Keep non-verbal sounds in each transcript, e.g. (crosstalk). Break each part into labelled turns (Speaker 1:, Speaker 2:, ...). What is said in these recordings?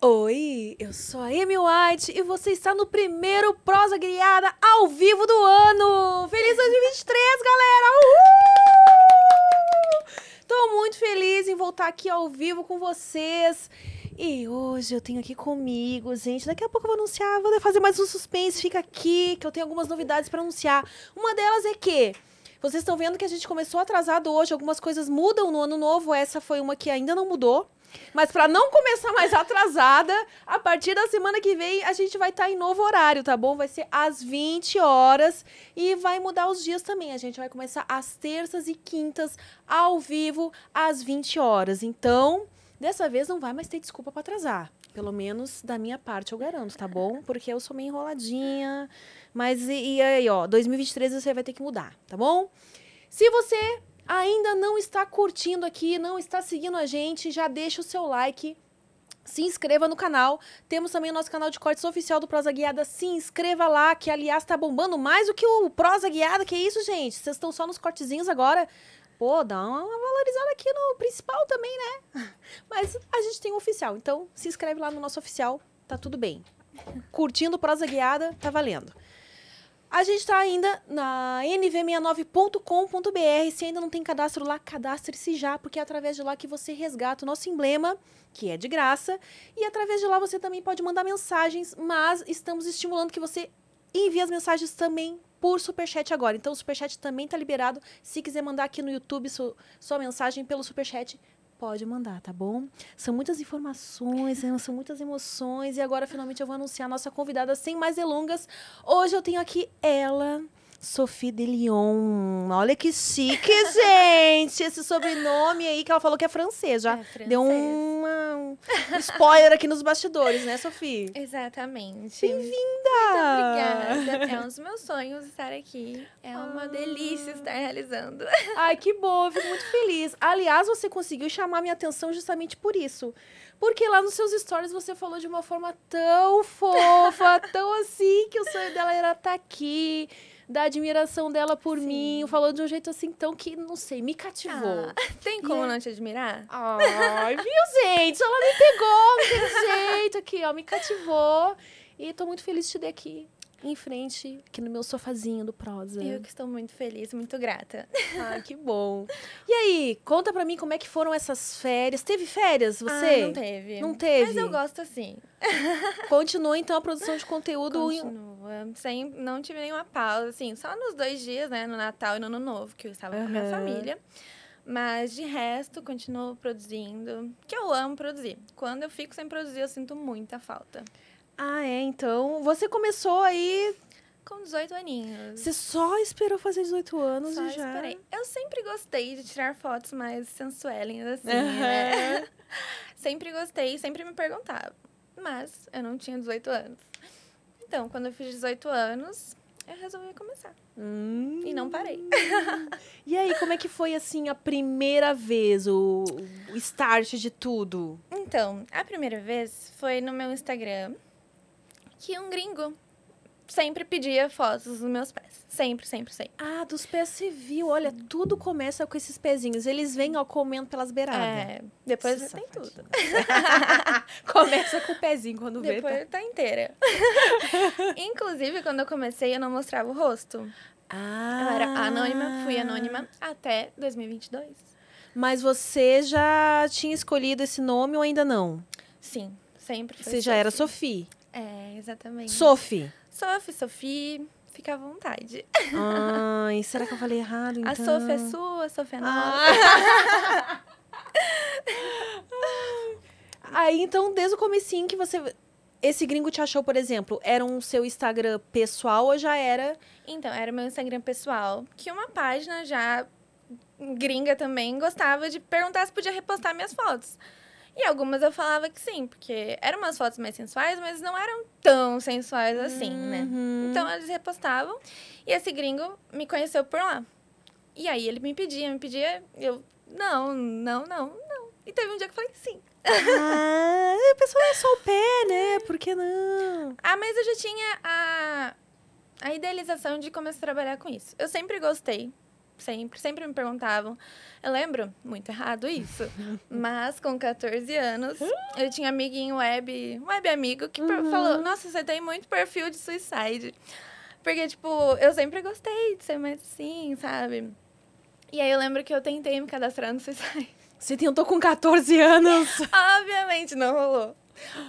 Speaker 1: Oi, eu sou a Amy White e você está no primeiro Prosa Griada ao vivo do ano! Feliz 2023, galera! Uhul! Tô muito feliz em voltar aqui ao vivo com vocês. E hoje eu tenho aqui comigo, gente. Daqui a pouco eu vou anunciar, vou fazer mais um suspense. Fica aqui que eu tenho algumas novidades para anunciar. Uma delas é que vocês estão vendo que a gente começou atrasado hoje, algumas coisas mudam no ano novo. Essa foi uma que ainda não mudou. Mas para não começar mais atrasada, a partir da semana que vem a gente vai estar em novo horário, tá bom? Vai ser às 20 horas e vai mudar os dias também. A gente vai começar às terças e quintas ao vivo às 20 horas. Então, dessa vez não vai mais ter desculpa para atrasar. Pelo menos da minha parte eu garanto, tá bom? Porque eu sou meio enroladinha. Mas e, e aí, ó, 2023 você vai ter que mudar, tá bom? Se você ainda não está curtindo aqui, não está seguindo a gente, já deixa o seu like. Se inscreva no canal. Temos também o nosso canal de cortes oficial do Prosa Guiada. Se inscreva lá, que aliás tá bombando mais do que o Prosa Guiada. Que isso, gente? Vocês estão só nos cortezinhos agora. Pô, dá uma valorizada aqui no principal também, né? (laughs) Mas a gente tem o oficial, então se inscreve lá no nosso oficial, tá tudo bem. Curtindo Prosa Guiada, tá valendo. A gente está ainda na nv69.com.br. Se ainda não tem cadastro lá, cadastre-se já, porque é através de lá que você resgata o nosso emblema, que é de graça. E através de lá você também pode mandar mensagens, mas estamos estimulando que você envie as mensagens também por superchat agora. Então o superchat também está liberado. Se quiser mandar aqui no YouTube su- sua mensagem pelo superchat, pode mandar, tá bom? São muitas informações, né? são muitas emoções. E agora finalmente eu vou anunciar a nossa convidada sem mais delongas. Hoje eu tenho aqui ela. Sophie de Lyon. Olha que chique, (laughs) gente! Esse sobrenome aí que ela falou que é francês. Já
Speaker 2: É, francês.
Speaker 1: deu um uma- um spoiler aqui nos bastidores, né, Sophie?
Speaker 2: Exatamente.
Speaker 1: Obrigada!
Speaker 2: Obrigada. É um dos meus sonhos estar aqui. É
Speaker 1: Ah.
Speaker 2: uma delícia estar realizando.
Speaker 1: Ai, que bom, eu fico muito feliz. Aliás, você conseguiu chamar minha atenção justamente por isso. Porque lá nos seus stories você falou de uma forma tão (laughs) fofa, tão assim, que o sonho dela era estar aqui, da admiração dela por
Speaker 2: Sim.
Speaker 1: mim. Falou de um jeito assim tão que, é não sei, me cativou.
Speaker 2: Ah, tem como não te admirar?
Speaker 1: Ai, viu, gente? Ela me pegou daquele jeito aqui, ó, me cativou. E tô muito feliz de te ter aqui. Em frente, aqui no meu sofazinho do prosa.
Speaker 2: Eu que estou muito feliz, muito grata.
Speaker 1: Ah, que bom. E aí, conta pra mim como é que foram essas férias. Teve férias você?
Speaker 2: Ah, não teve.
Speaker 1: Não teve?
Speaker 2: Mas eu gosto assim.
Speaker 1: Continua então a produção de conteúdo. em- um
Speaker 2: Continua. Sem, não tive nenhuma pausa, assim, só nos dois dias, né? No Natal e no Ano Novo, que eu estava com a minha
Speaker 1: Aham.
Speaker 2: família. Mas de resto, continuo produzindo. Que eu amo produzir. Quando eu fico sem produzir, eu sinto muita falta.
Speaker 1: Ah, é, então. Você começou aí.
Speaker 2: Com 18 aninhos.
Speaker 1: Você só esperou fazer 18 anos
Speaker 2: Só
Speaker 1: e já.
Speaker 2: esperei. Eu sempre gostei de tirar fotos mais sensuelas, assim, né?
Speaker 1: Aham.
Speaker 2: (laughs) Sempre gostei, sempre me perguntavam. Mas eu não tinha 18 anos. Então, quando eu fiz 18 anos, eu resolvi começar.
Speaker 1: Hum.
Speaker 2: E não parei.
Speaker 1: E aí, como é que foi assim a primeira vez, o, o start de tudo?
Speaker 2: Então, a primeira vez foi no meu Instagram que um gringo sempre pedia fotos dos meus pés. Sempre, sempre, sempre.
Speaker 1: Ah, dos pés você viu. Olha, tudo começa com esses pezinhos. Eles vêm, ó, comendo pelas beiradas.
Speaker 2: É, depois
Speaker 1: Essa
Speaker 2: tem tudo. (laughs)
Speaker 1: Começa com o pezinho quando vê. tá?
Speaker 2: Depois tá
Speaker 1: (laughs)
Speaker 2: inteira. Inclusive, quando eu comecei, eu não mostrava o rosto.
Speaker 1: Ah.
Speaker 2: Eu era anônima, fui anônima até 2022.
Speaker 1: Mas você já tinha escolhido esse nome ou ainda não?
Speaker 2: Sim, sempre foi
Speaker 1: você já era
Speaker 2: Sophie.
Speaker 1: Sophie.
Speaker 2: É, exatamente.
Speaker 1: Sophie.
Speaker 2: Sophie, Sophie, fica à vontade.
Speaker 1: Ai, será que eu falei errado então?
Speaker 2: A Sophie é sua, a Sophie é nossa.
Speaker 1: Ah.
Speaker 2: Ah.
Speaker 1: (laughs) Aí, então, desde o comecinho que você... Esse gringo te achou, por exemplo, era um seu Instagram pessoal ou já era...
Speaker 2: Então, era o meu Instagram pessoal, que uma página já gringa também gostava de perguntar se podia repostar minhas fotos. E algumas eu falava que sim, porque eram umas fotos mais sensuais, mas não eram tão sensuais assim, né?
Speaker 1: Uhum.
Speaker 2: Então eles repostavam e esse gringo me conheceu por lá. E aí ele me pedia, me pedia, eu não, não, não, não. E teve um dia que eu falei sim.
Speaker 1: Ah, a pessoa é só o pé, né? Por que não?
Speaker 2: Ah, mas eu já tinha a, a idealização de começar a trabalhar com isso. Eu sempre gostei, sempre, sempre me perguntavam. Eu lembro, muito errado isso, mas com 14 anos, eu tinha amiguinho web, web amigo, que per- falou: Nossa, você tem muito perfil de suicide. Porque, tipo, eu sempre gostei de ser mais assim, sabe? E aí eu lembro que eu tentei me cadastrar no suicide. (laughs)
Speaker 1: Você tentou com 14 anos.
Speaker 2: Obviamente não rolou,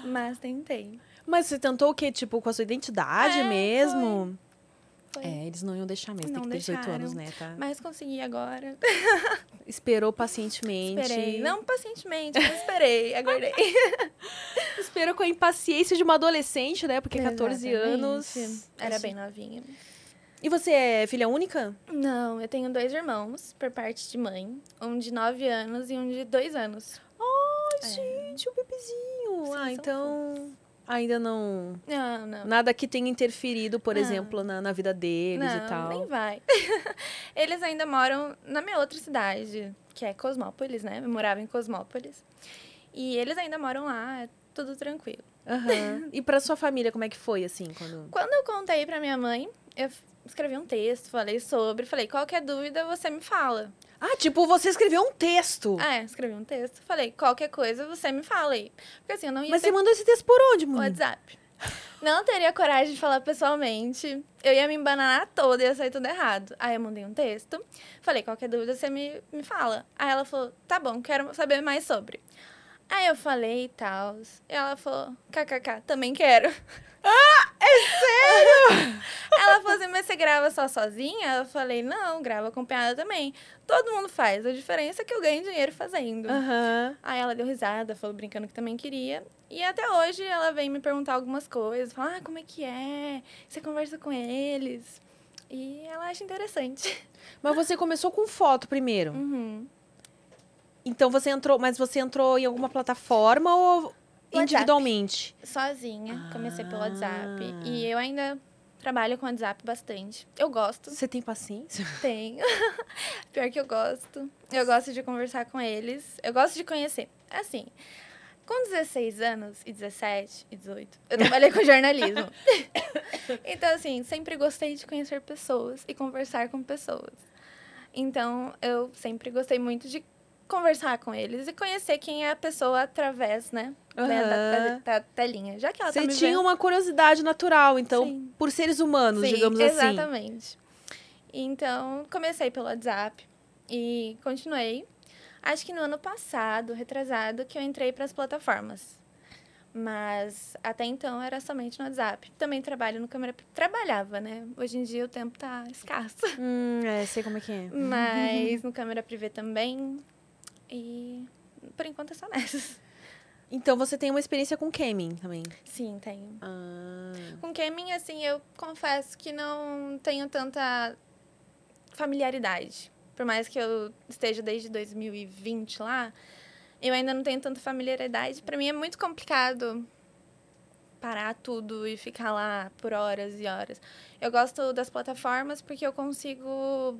Speaker 2: mas tentei.
Speaker 1: Mas você tentou o quê? Tipo, com a sua identidade
Speaker 2: É,
Speaker 1: mesmo?
Speaker 2: Foi.
Speaker 1: É, eles não iam deixar mesmo.
Speaker 2: Não
Speaker 1: Tem que ter 18
Speaker 2: deixaram.
Speaker 1: anos, né? Tá?
Speaker 2: Mas consegui agora.
Speaker 1: Esperou pacientemente.
Speaker 2: Esperei. Não pacientemente, mas esperei,
Speaker 1: (laughs)
Speaker 2: aguardei.
Speaker 1: Esperou com a impaciência de uma adolescente, né? Porque 14 anos.
Speaker 2: Exatamente. Era bem novinha.
Speaker 1: E você é filha única?
Speaker 2: Não, eu tenho dois irmãos, por parte de mãe. Um de 9 anos e um de 2 anos.
Speaker 1: Ai,
Speaker 2: É.
Speaker 1: gente, o um bebezinho.
Speaker 2: Sim,
Speaker 1: ah,
Speaker 2: são
Speaker 1: então. Ainda não.
Speaker 2: Não, não.
Speaker 1: Nada que tenha interferido, por
Speaker 2: Não.
Speaker 1: exemplo, na, na vida deles
Speaker 2: não,
Speaker 1: e tal.
Speaker 2: nem vai. (laughs) Eles ainda moram na minha outra cidade, que é Cosmópolis, né? Eu morava em Cosmópolis. E eles ainda moram lá, é tudo tranquilo.
Speaker 1: (laughs) Aham. E pra sua família, como é que foi, assim, quando.
Speaker 2: Quando eu contei pra minha mãe, eu f- escrevi um texto, falei sobre, falei, qualquer dúvida você me fala.
Speaker 1: Ah, tipo, você escreveu um texto.
Speaker 2: Ah, é, escrevi um texto, falei, qualquer coisa você me fala aí. Porque assim, eu não ia
Speaker 1: Mas
Speaker 2: ter
Speaker 1: você mandou esse texto por onde, mulher?
Speaker 2: WhatsApp. Não teria coragem de falar pessoalmente. Eu ia me embananar toda, ia sair tudo errado. Aí eu mandei um texto, falei, qualquer dúvida você me, me fala. Aí ela falou, tá bom, quero saber mais sobre. Aí eu falei e tal. Ela falou, kkk, também quero. (laughs) Ela falou assim, mas você grava só sozinha? Eu falei, não, gravo acompanhada também. Todo mundo faz, a diferença é que eu ganho dinheiro fazendo. né?
Speaker 1: Aham.
Speaker 2: Aí ela deu risada, falou brincando que também queria. E até hoje ela vem me perguntar algumas coisas, fala, ah, como é que é? Você conversa com eles? E ela acha interessante.
Speaker 1: Mas você começou com foto primeiro.
Speaker 2: (laughs) Uhum.
Speaker 1: Então você entrou, mas você entrou em alguma plataforma ou
Speaker 2: WhatsApp.
Speaker 1: individualmente?
Speaker 2: Sozinha, comecei pelo WhatsApp.
Speaker 1: Ah.
Speaker 2: E eu ainda trabalho com WhatsApp bastante. Eu gosto,
Speaker 1: Você tem paciência?
Speaker 2: tenho. (laughs) Pior que eu gosto. Eu gosto de conversar com eles. Eu gosto de conhecer. Assim, com 16 anos, e 17, e 18, eu trabalhei
Speaker 1: (laughs)
Speaker 2: com jornalismo. então, assim, sempre gostei de conhecer pessoas e conversar com pessoas. Então, eu sempre gostei muito de conversar com eles e conhecer quem é a pessoa através, né, da- da,
Speaker 1: Aham.
Speaker 2: da- da telinha. Já que ela tá
Speaker 1: Você
Speaker 2: me
Speaker 1: tinha
Speaker 2: vendo.
Speaker 1: uma curiosidade natural, então,
Speaker 2: Sim.
Speaker 1: por seres humanos,
Speaker 2: Sim,
Speaker 1: digamos assim.
Speaker 2: Exatamente. Então, comecei pelo WhatsApp e continuei. Acho que no ano passado, retrasado, que eu entrei para as plataformas. Mas até então era somente no WhatsApp. Também trabalho no câmera. Trabalhava, né? Hoje em dia o tempo tá escasso. (laughs)
Speaker 1: Hum, é, sei como é que é.
Speaker 2: Mas no câmera privê também. E por enquanto é só nessas.
Speaker 1: Então você tem uma experiência com gaming também.
Speaker 2: Sim, tenho.
Speaker 1: Ah.
Speaker 2: Com gaming, assim, eu confesso que não tenho tanta familiaridade. Por mais que eu esteja desde 2020 lá, eu ainda não tenho tanta familiaridade. Pra mim é muito complicado parar tudo e ficar lá por horas e horas. Eu gosto das plataformas porque eu consigo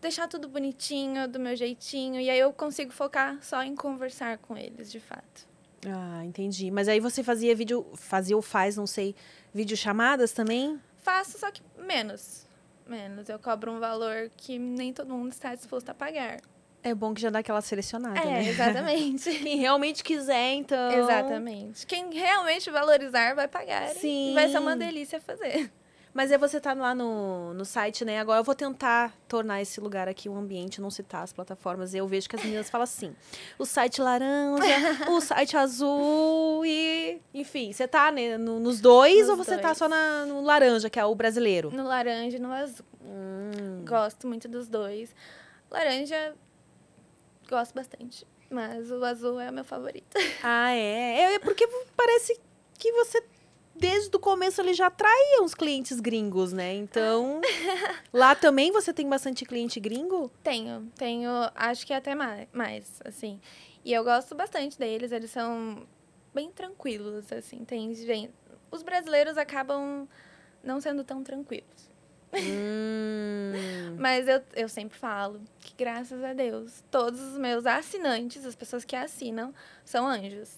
Speaker 2: deixar tudo bonitinho, do meu jeitinho, e aí eu consigo focar só em conversar com eles, de fato.
Speaker 1: Ah, entendi. Mas aí você fazia vídeo, fazia ou faz, não sei, videochamadas também?
Speaker 2: Faço, só que menos. Menos. Eu cobro um valor que nem todo mundo está disposto a pagar.
Speaker 1: É bom que já dá aquela selecionada,
Speaker 2: é,
Speaker 1: né? (laughs)
Speaker 2: exatamente.
Speaker 1: Quem realmente quiser, então.
Speaker 2: Exatamente. Quem realmente valorizar vai pagar. e
Speaker 1: Sim.
Speaker 2: Vai ser uma delícia fazer.
Speaker 1: Mas é você tá lá no, no site, né? Agora eu vou tentar tornar esse lugar aqui um ambiente, não citar as plataformas. Eu vejo que as meninas falam assim: o site laranja, (laughs) o site azul e. Enfim, você tá né, no- nos dois
Speaker 2: Nos
Speaker 1: ou você tá
Speaker 2: dois.
Speaker 1: só na- no laranja, que é o brasileiro?
Speaker 2: No laranja e no azul.
Speaker 1: Hum.
Speaker 2: Gosto muito dos dois. Laranja, gosto bastante. Mas o azul é o meu favorito.
Speaker 1: Ah, é. é. é porque parece que você. Desde o começo ele já atraía uns clientes gringos, né? Então, lá também você tem bastante cliente gringo?
Speaker 2: Tenho, tenho, acho que é até mais, mais, assim. E eu gosto bastante deles, eles são bem tranquilos, assim. Tem gente. Os brasileiros acabam não sendo tão tranquilos.
Speaker 1: Hum.
Speaker 2: Mas eu, eu sempre falo que, graças a Deus, todos os meus assinantes, as pessoas que assinam, são anjos.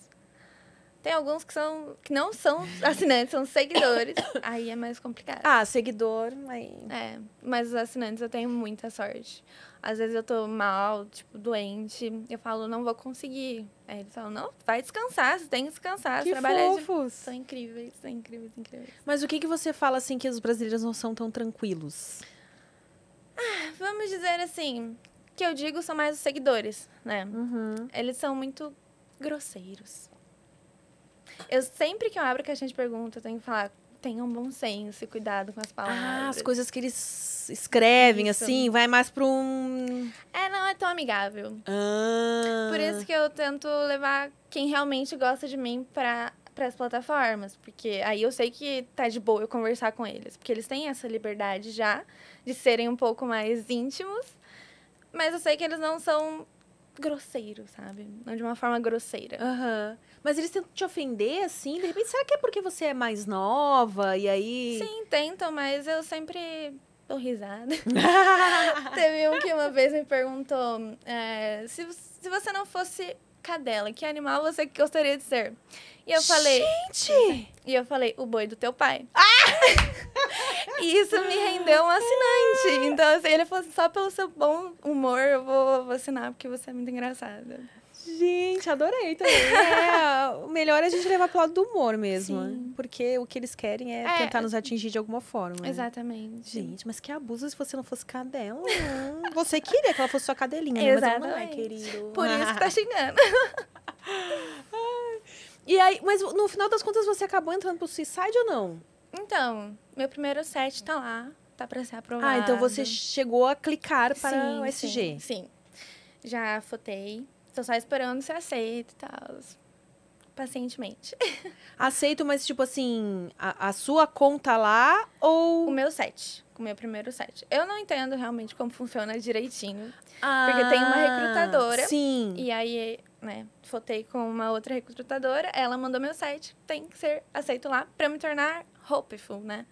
Speaker 2: Tem alguns que são que não são (laughs) assinantes, são seguidores. aí é mais complicado.
Speaker 1: Ah, seguidor, aí.
Speaker 2: É, mas os assinantes eu tenho muita sorte. Às vezes eu tô mal, tipo, doente, eu falo, não vou conseguir. Aí eles falam, não, vai descansar, você tem que descansar,
Speaker 1: Que
Speaker 2: você trabalha de...
Speaker 1: fofos.
Speaker 2: São incríveis, são incríveis, incríveis.
Speaker 1: é Mas o que, que você fala assim que os brasileiros não são tão tranquilos?
Speaker 2: É, Vamos dizer assim, que eu digo são mais os seguidores, né?
Speaker 1: Uhum.
Speaker 2: Eles são muito grosseiros. Eu sempre que eu abro que a gente pergunta, eu tenho que falar, tenham bom senso e cuidado com as palavras.
Speaker 1: Ah, as coisas que eles escrevem,
Speaker 2: Isso.
Speaker 1: assim, vai mais pra um.
Speaker 2: É, não é tão amigável.
Speaker 1: Ah.
Speaker 2: Por isso que eu tento levar quem realmente gosta de mim pra para as plataformas, porque aí eu sei que tá de boa eu conversar com eles, porque eles têm essa liberdade já de serem um pouco mais íntimos, mas eu sei que eles não são grosseiros, sabe? Não de uma forma grosseira.
Speaker 1: Aham. Mas eles tentam te ofender, assim, de repente, será que é porque você é mais nova? E aí.
Speaker 2: Sim, tentam, mas eu sempre
Speaker 1: (laughs)
Speaker 2: dou risada. Teve um que uma vez me perguntou: é, se, se você não fosse cadela, que animal você gostaria de ser? E eu falei.
Speaker 1: Gente! Ah!
Speaker 2: E eu falei, o boi do teu pai. E (laughs) isso me rendeu um assinante. Então, assim, ele falou assim, só pelo seu bom humor eu vou, vou assinar, porque você é muito engraçada.
Speaker 1: Gente, adorei (laughs) também. É, o melhor é a gente levar pro lado do humor mesmo.
Speaker 2: Sim.
Speaker 1: Porque o que eles querem é,
Speaker 2: É.
Speaker 1: tentar nos atingir de alguma forma. né?
Speaker 2: Exatamente.
Speaker 1: Gente, mas que abuso se você não fosse cadela. hein? Você queria que ela fosse sua cadelinha, né? Mas ela não é,
Speaker 2: Exatamente.
Speaker 1: querido.
Speaker 2: Por isso
Speaker 1: Ah.
Speaker 2: que tá xingando.
Speaker 1: E aí, mas no final das contas você acabou entrando pro suicide ou não?
Speaker 2: Então, meu primeiro set tá lá, tá pra ser aprovado.
Speaker 1: Ah, então você chegou a clicar para
Speaker 2: Sim,
Speaker 1: o SG.
Speaker 2: Sim, sim. Já fotei. Tô só esperando ser aceito e tal. Pacientemente.
Speaker 1: Aceito, mas tipo assim, a, a sua conta lá ou.
Speaker 2: O meu set. O meu primeiro set. Eu não entendo realmente como funciona direitinho.
Speaker 1: Ah,
Speaker 2: porque tem uma recrutadora.
Speaker 1: Sim.
Speaker 2: E aí, né, fotei com uma outra recrutadora, ela mandou meu site, tem que ser aceito lá pra me tornar hopeful, né?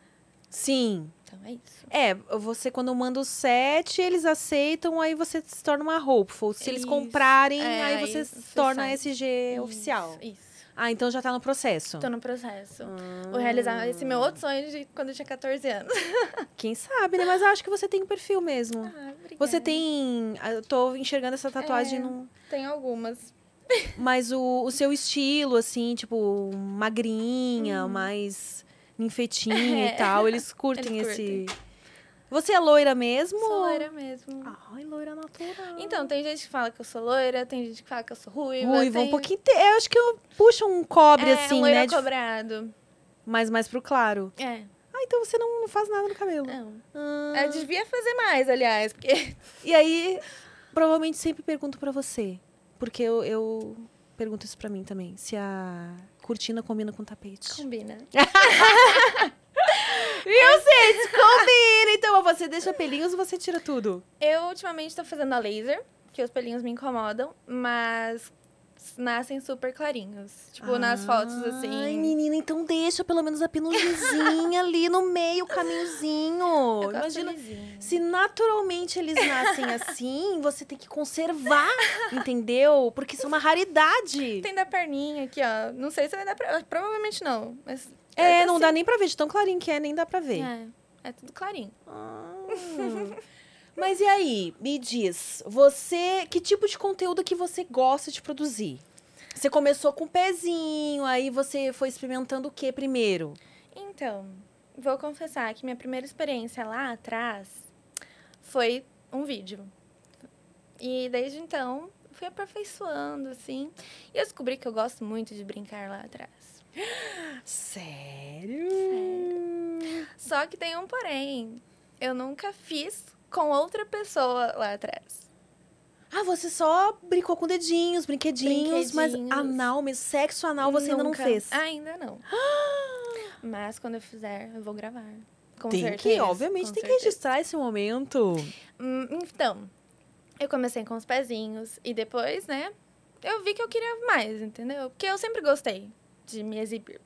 Speaker 1: Sim.
Speaker 2: Então é isso.
Speaker 1: É, você quando manda o set, eles aceitam, aí você se torna uma hopeful. Se eles
Speaker 2: Isso.
Speaker 1: comprarem,
Speaker 2: É,
Speaker 1: aí você
Speaker 2: aí
Speaker 1: se torna
Speaker 2: suicide.
Speaker 1: SG
Speaker 2: Isso,
Speaker 1: É oficial.
Speaker 2: Isso.
Speaker 1: Ah, então já tá no processo.
Speaker 2: Tô no processo. Vou
Speaker 1: Ah.
Speaker 2: realizar esse meu outro sonho de quando eu tinha 14 anos.
Speaker 1: Quem sabe, né? Mas eu acho que você tem um perfil mesmo.
Speaker 2: Ah, obrigada.
Speaker 1: Você tem. ah, Eu tô enxergando essa tatuagem
Speaker 2: É.
Speaker 1: num.
Speaker 2: Tem algumas.
Speaker 1: Mas o, o seu estilo, assim, tipo,
Speaker 2: Hum.
Speaker 1: magrinha,
Speaker 2: (laughs)
Speaker 1: mais ninfetinha e
Speaker 2: É.
Speaker 1: tal, eles curtem
Speaker 2: Eles
Speaker 1: esse. Você é loira mesmo?
Speaker 2: Sou loira mesmo.
Speaker 1: Ai, loira natural.
Speaker 2: Então, tem gente que fala que eu sou loira, tem gente que fala que eu sou ruiva.
Speaker 1: Ruiva
Speaker 2: tem...
Speaker 1: um pouquinho. Te... Eu acho que eu puxo um cobre,
Speaker 2: é,
Speaker 1: assim,
Speaker 2: loira
Speaker 1: né? de-
Speaker 2: cobrado.
Speaker 1: Mas mais pro claro.
Speaker 2: É,
Speaker 1: Ah, então você não, não faz nada no cabelo.
Speaker 2: não. É,
Speaker 1: Ah,
Speaker 2: Eu devia fazer mais, aliás, porque (laughs)
Speaker 1: E aí, provavelmente sempre pergunto pra você. Porque eu, eu pergunto isso pra mim também. Se a cortina combina com o tapete.
Speaker 2: combina.
Speaker 1: E vocês, combina! Então, ou você deixa pelinhos ou você tira tudo?
Speaker 2: Eu ultimamente tô fazendo a laser, que os pelinhos me incomodam, mas nascem super clarinhos. Tipo, nas fotos,
Speaker 1: Ai,
Speaker 2: assim.
Speaker 1: menina, então deixa pelo menos a
Speaker 2: (laughs)
Speaker 1: penugem ali no meio, o caminhozinho.
Speaker 2: eu gosto
Speaker 1: Imagina.
Speaker 2: lisinho.
Speaker 1: Se naturalmente eles
Speaker 2: (laughs)
Speaker 1: nascem assim, você tem que conservar, entendeu? Porque isso é uma raridade.
Speaker 2: Tem da perninha aqui, ó. Não sei se vai dar pra. Provavelmente não, mas.
Speaker 1: É, não dá nem pra ver, de tão clarinho que é, nem dá pra ver.
Speaker 2: É, é tudo clarinho.
Speaker 1: Hum. Mas e aí, me diz, você, que tipo de conteúdo que você gosta de produzir? Você começou com o pezinho, aí você foi experimentando o que primeiro?
Speaker 2: Então, vou confessar que minha primeira experiência lá atrás foi um vídeo. E desde então, fui aperfeiçoando, assim. E eu descobri que eu gosto muito de brincar lá atrás.
Speaker 1: Sério?
Speaker 2: Só que tem um porém. Eu nunca fiz com outra pessoa lá atrás.
Speaker 1: Ah, você só brincou com dedinhos, brinquedinhos, Ah, mas
Speaker 2: Brinquedinhos.
Speaker 1: anal, mesmo, sexo anal você ainda não
Speaker 2: Nunca.
Speaker 1: fez. (gasps)
Speaker 2: Ainda não. Mas quando eu fizer, eu vou gravar. Com
Speaker 1: tem
Speaker 2: certeza.
Speaker 1: que, obviamente,
Speaker 2: com
Speaker 1: tem que
Speaker 2: certeza.
Speaker 1: registrar esse momento.
Speaker 2: Hum, Então, eu comecei com os pezinhos e depois, né? Eu vi que eu queria mais, entendeu? Porque eu sempre gostei de me exibir.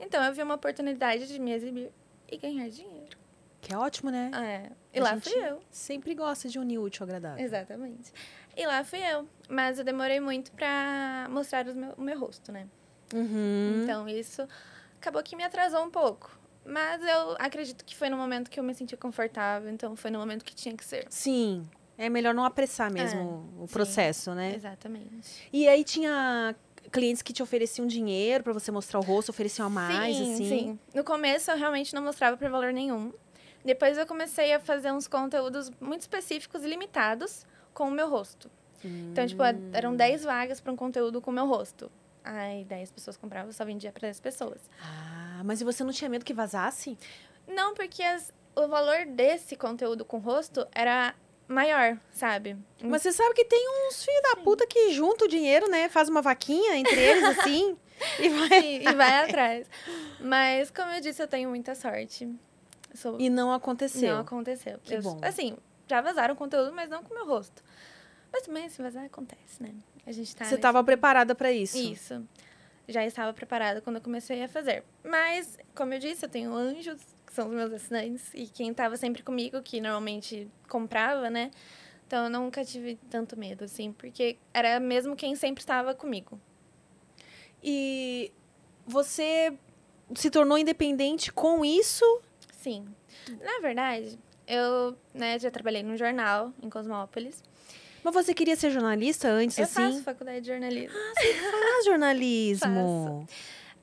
Speaker 2: Então, eu vi uma oportunidade de me exibir e ganhar dinheiro.
Speaker 1: Que é ótimo, né?
Speaker 2: É. E
Speaker 1: A
Speaker 2: lá
Speaker 1: gente-
Speaker 2: fui eu.
Speaker 1: Sempre gosta de unir útil ao agradável.
Speaker 2: Exatamente. E lá fui eu. Mas eu demorei muito pra mostrar os meu- o meu rosto, né?
Speaker 1: Uhum.
Speaker 2: Então, isso acabou que me atrasou um pouco. Mas eu acredito que foi no momento que eu me senti confortável, então foi no momento que tinha que ser.
Speaker 1: Sim. É melhor não apressar mesmo o
Speaker 2: sim. É.
Speaker 1: processo, né?
Speaker 2: Exatamente.
Speaker 1: E aí tinha clientes que te ofereciam dinheiro pra você mostrar o rosto, ofereciam a mais,
Speaker 2: sim,
Speaker 1: assim.
Speaker 2: sim. No começo eu realmente não mostrava pra valor nenhum. Depois eu comecei a fazer uns conteúdos muito específicos e limitados com o meu rosto. Então, tipo,
Speaker 1: Hum.
Speaker 2: eram 10 vagas pra um conteúdo com o meu rosto. Aí 10 pessoas compravam, eu só vendia pra 10 pessoas.
Speaker 1: Ah, mas e você não tinha medo que vazasse?
Speaker 2: Não, porque as- o valor desse conteúdo com rosto era maior, sabe?
Speaker 1: Mas você sabe que tem uns filhos da puta que junta o dinheiro, né? Faz uma vaquinha entre eles,
Speaker 2: (laughs)
Speaker 1: assim. e vai.
Speaker 2: E, e
Speaker 1: (laughs)
Speaker 2: vai atrás. Mas, como eu disse, eu tenho muita sorte. Eu Sou...
Speaker 1: E não aconteceu.
Speaker 2: Não aconteceu.
Speaker 1: Que
Speaker 2: Eu-
Speaker 1: bom.
Speaker 2: Assim, já vazaram conteúdo, mas não com o meu rosto. Mas também, se vazar, acontece, né? A gente tá.
Speaker 1: Você
Speaker 2: nesse-
Speaker 1: estava preparada pra isso.
Speaker 2: Isso. Já estava preparada quando eu comecei a fazer. Mas, como eu disse, eu tenho anjos, que são os meus assinantes, e quem estava sempre comigo, que normalmente comprava, né? Então eu nunca tive tanto medo, assim, porque era mesmo quem sempre estava comigo.
Speaker 1: E você se tornou independente com isso?
Speaker 2: Sim. Na verdade, eu né, já trabalhei num jornal em Cosmópolis.
Speaker 1: Mas você queria ser jornalista antes,
Speaker 2: Eu faço
Speaker 1: assim?
Speaker 2: faculdade de jornalismo.
Speaker 1: Faz jornalismo.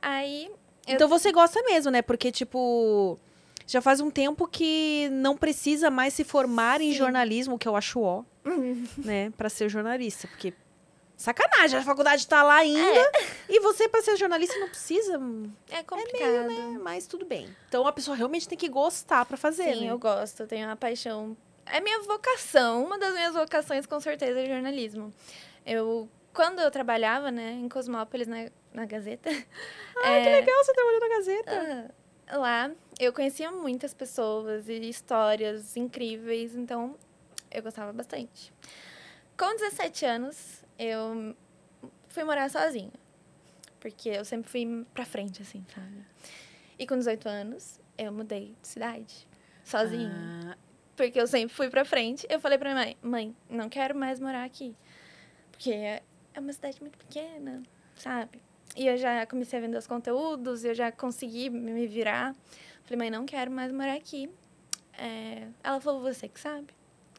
Speaker 2: Aí, Eu-
Speaker 1: Então você gosta mesmo, né? Porque, tipo, já faz um tempo que não precisa mais se formar em
Speaker 2: Sim. Uhum.
Speaker 1: jornalismo, o que eu acho ó, né? Pra ser jornalista. Porque. Sacanagem, a faculdade tá lá ainda. E você, pra ser jornalista, não precisa,
Speaker 2: é complicado.
Speaker 1: mas tudo bem. Então a pessoa realmente tem que gostar pra fazer.
Speaker 2: Sim,
Speaker 1: né?
Speaker 2: eu gosto, eu tenho uma paixão. É minha vocação, uma das minhas vocações com certeza é jornalismo. Eu, quando eu trabalhava, né, em Cosmópolis, na, na Gazeta, (laughs)
Speaker 1: Legal, você trabalhou na Gazeta.
Speaker 2: ah, lá eu conhecia muitas pessoas e histórias incríveis, então eu gostava bastante. Com 17 anos, eu fui morar sozinha, porque eu sempre fui pra frente, assim, sabe? E com 18 anos, eu mudei de cidade, sozinha.
Speaker 1: Ah,
Speaker 2: porque eu sempre fui pra frente. Eu falei pra minha mãe, mãe, não quero mais morar aqui. Porque é é uma cidade muito pequena, sabe? E eu já comecei a vender os conteúdos, eu já consegui me me virar. Falei, mãe, não quero mais morar aqui. É, Ela falou, você que sabe.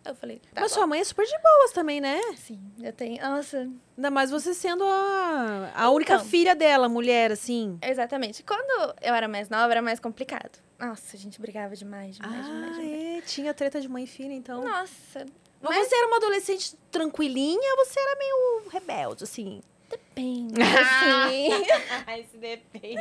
Speaker 2: Eu falei, tá
Speaker 1: mas
Speaker 2: bom.
Speaker 1: sua mãe é super de boas também, né?
Speaker 2: Sim, eu tenho... Nossa,
Speaker 1: Ainda mais você sendo a, a única
Speaker 2: Então.
Speaker 1: filha dela, mulher, assim.
Speaker 2: exatamente. Quando eu era mais nova, era mais complicado. Nossa, a gente brigava demais, demais, demais,
Speaker 1: Ah,
Speaker 2: demais.
Speaker 1: é. Tinha treta de mãe e filha, então.
Speaker 2: Nossa,
Speaker 1: Mas, você era uma adolescente tranquilinha ou você era meio rebelde,
Speaker 2: (laughs)
Speaker 1: assim?
Speaker 2: bem, assim...
Speaker 1: Ai, se depende.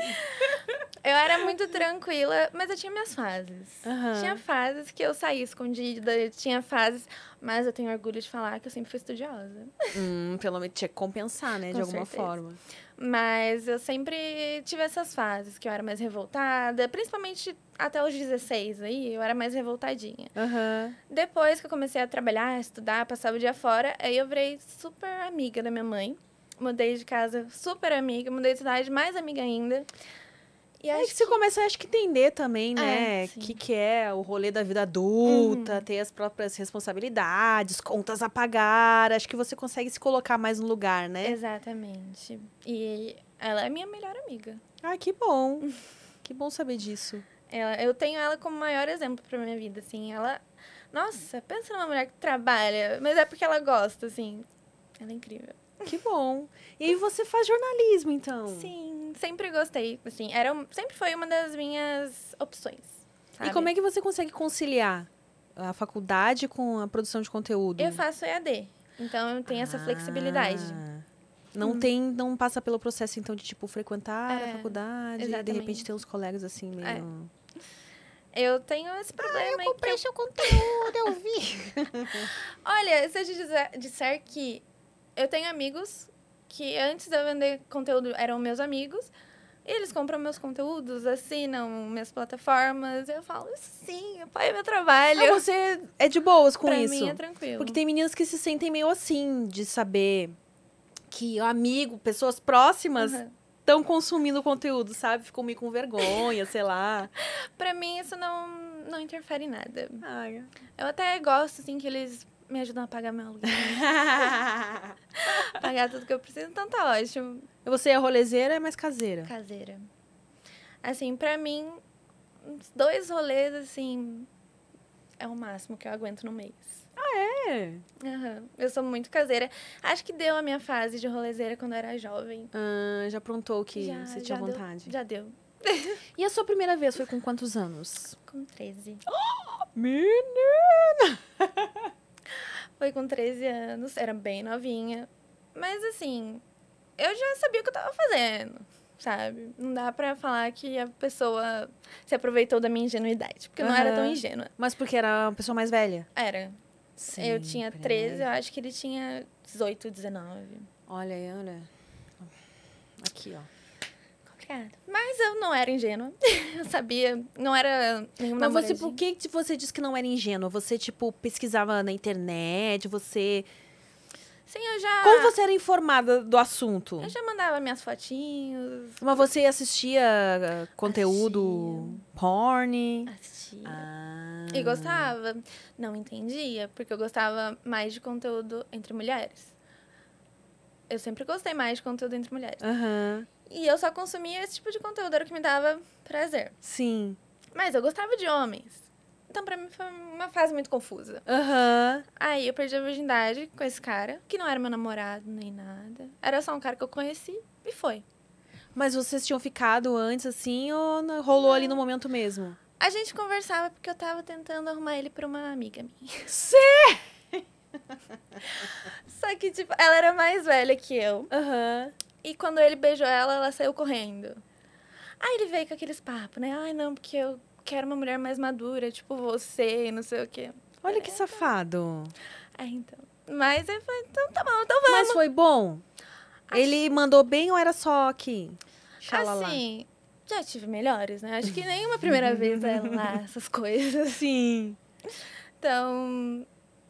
Speaker 2: Eu era muito tranquila, mas eu tinha minhas fases.
Speaker 1: Ah.
Speaker 2: Tinha fases que eu saía escondida, eu tinha fases, mas eu tenho orgulho de falar que eu sempre fui estudiosa.
Speaker 1: Hum, pelo menos tinha que compensar, né?
Speaker 2: Com
Speaker 1: de alguma
Speaker 2: certeza.
Speaker 1: forma.
Speaker 2: Mas eu sempre tive essas fases que eu era mais revoltada, principalmente até os 16 aí, eu era mais revoltadinha.
Speaker 1: Aham.
Speaker 2: Depois que eu comecei a trabalhar, estudar, passava o dia fora, aí eu virei super amiga da minha mãe. Mudei de casa super amiga, mudei de cidade mais amiga ainda. E
Speaker 1: É
Speaker 2: acho
Speaker 1: que você começa, acho que, entender também, né?
Speaker 2: É,
Speaker 1: O
Speaker 2: sim. Uhum.
Speaker 1: que, que é o rolê da vida adulta, ter as próprias responsabilidades, contas a pagar. Acho que você consegue se colocar mais no lugar,
Speaker 2: É.
Speaker 1: né?
Speaker 2: Exatamente. E ela é minha melhor amiga.
Speaker 1: Ah, que
Speaker 2: (laughs)
Speaker 1: bom. que bom saber disso.
Speaker 2: Ela, eu tenho ela como maior exemplo pra minha vida, assim. Ela. Nossa, pensa numa mulher que trabalha, mas é porque ela gosta, assim. Ela é incrível.
Speaker 1: Que bom. E aí você faz jornalismo, então?
Speaker 2: Sim, sempre gostei, assim. Era, um- sempre foi uma das minhas opções.
Speaker 1: E como é que você consegue conciliar a faculdade com a produção de conteúdo?
Speaker 2: Eu faço EAD, então eu tenho essa
Speaker 1: Ah.
Speaker 2: flexibilidade. Hum.
Speaker 1: Não tem, não passa pelo processo então de tipo frequentar a
Speaker 2: É,
Speaker 1: faculdade, e de
Speaker 2: exatamente.
Speaker 1: repente ter uns colegas assim meio.
Speaker 2: Eu tenho
Speaker 1: Ah,
Speaker 2: esse problema. aí que eu-
Speaker 1: seu conteúdo, eu (laughs) vi.
Speaker 2: Olha, se eu te dizer- disser que eu tenho amigos que antes de eu vender conteúdo eram meus amigos, e eles compram meus conteúdos, assinam minhas plataformas, eu falo, sim, apoia meu trabalho.
Speaker 1: Ah, você é de boas com
Speaker 2: pra
Speaker 1: isso.
Speaker 2: mim é tranquilo.
Speaker 1: Porque tem meninas que se sentem meio assim de saber que amigo, pessoas próximas
Speaker 2: Uhum.
Speaker 1: estão consumindo conteúdo, sabe? Ficam meio com vergonha, sei
Speaker 2: (laughs)
Speaker 1: lá.
Speaker 2: Pra mim isso não, não interfere em nada.
Speaker 1: Ai,
Speaker 2: Eu até gosto, assim, que eles me ajudam a pagar meu aluguel, (laughs) pagar tudo que eu preciso, então tá ótimo.
Speaker 1: Você é rolezeira, é mais caseira.
Speaker 2: Caseira. Assim, pra mim, uns dois rolês, assim, é o máximo que eu aguento no mês.
Speaker 1: É.
Speaker 2: Aham. Eu sou muito caseira. Acho que deu a minha fase de rolezeira quando eu era jovem.
Speaker 1: Ah, já aprontou o que
Speaker 2: Já-
Speaker 1: você tinha
Speaker 2: já deu-
Speaker 1: vontade.
Speaker 2: Já deu.
Speaker 1: E a sua primeira vez foi com quantos anos?
Speaker 2: Com 13.
Speaker 1: Menina!
Speaker 2: Foi com 13 anos, era bem novinha. Mas assim, eu já sabia o que eu tava fazendo, sabe? Não dá pra falar que a pessoa se aproveitou da minha ingenuidade, porque eu não era tão
Speaker 1: Aham.
Speaker 2: ingênua.
Speaker 1: Mas porque era uma pessoa mais velha?
Speaker 2: Era.
Speaker 1: Sim.
Speaker 2: Eu tinha 13, eu acho que ele tinha 18, 19.
Speaker 1: Olha aí, olha. Aqui, ó.
Speaker 2: Complicado. Mas eu não era ingênua. (laughs) eu sabia, não era nenhum
Speaker 1: Mas Então você, por
Speaker 2: namoradinho.
Speaker 1: que que você disse que não era ingênua? Você, tipo, pesquisava na internet, você...
Speaker 2: Sim, eu já.
Speaker 1: Como você era informada do assunto?
Speaker 2: Ah. Eu já mandava minhas fotinhos,
Speaker 1: Mas você assistia ah, conteúdo porn?
Speaker 2: assistia.
Speaker 1: Ah.
Speaker 2: E gostava. Não entendia, porque eu gostava mais de conteúdo entre mulheres. Eu sempre gostei mais de conteúdo entre mulheres.
Speaker 1: Aham,
Speaker 2: E eu só consumia esse tipo de conteúdo, era o que me dava prazer.
Speaker 1: sim.
Speaker 2: Mas eu gostava de homens. Então, pra mim, foi uma fase muito confusa.
Speaker 1: Aham.
Speaker 2: Aí, eu perdi a virgindade com esse cara, que não era meu namorado nem nada. Era só um cara que eu conheci e foi.
Speaker 1: Mas vocês tinham ficado antes, assim, ou não- rolou ali no momento mesmo?
Speaker 2: A gente conversava porque eu tava tentando arrumar ele pra uma amiga minha.
Speaker 1: Sim!
Speaker 2: (laughs) Só que, tipo, ela era mais velha que eu.
Speaker 1: Aham.
Speaker 2: E quando ele beijou ela, ela saiu correndo. Aí ele veio com aqueles papos, né? Ai, não, porque eu quero uma mulher mais madura, tipo você, e não sei o quê.
Speaker 1: Olha que safado.
Speaker 2: Aí É, então. Mas eu falei, então tá bom, então
Speaker 1: Mas foi bom? Ele mandou bem ou era só aqui?
Speaker 2: vamos. Assim, já tive melhores, né? Acho que
Speaker 1: (laughs)
Speaker 2: nenhuma primeira vez é lá, essas coisas.
Speaker 1: Sim.
Speaker 2: Então,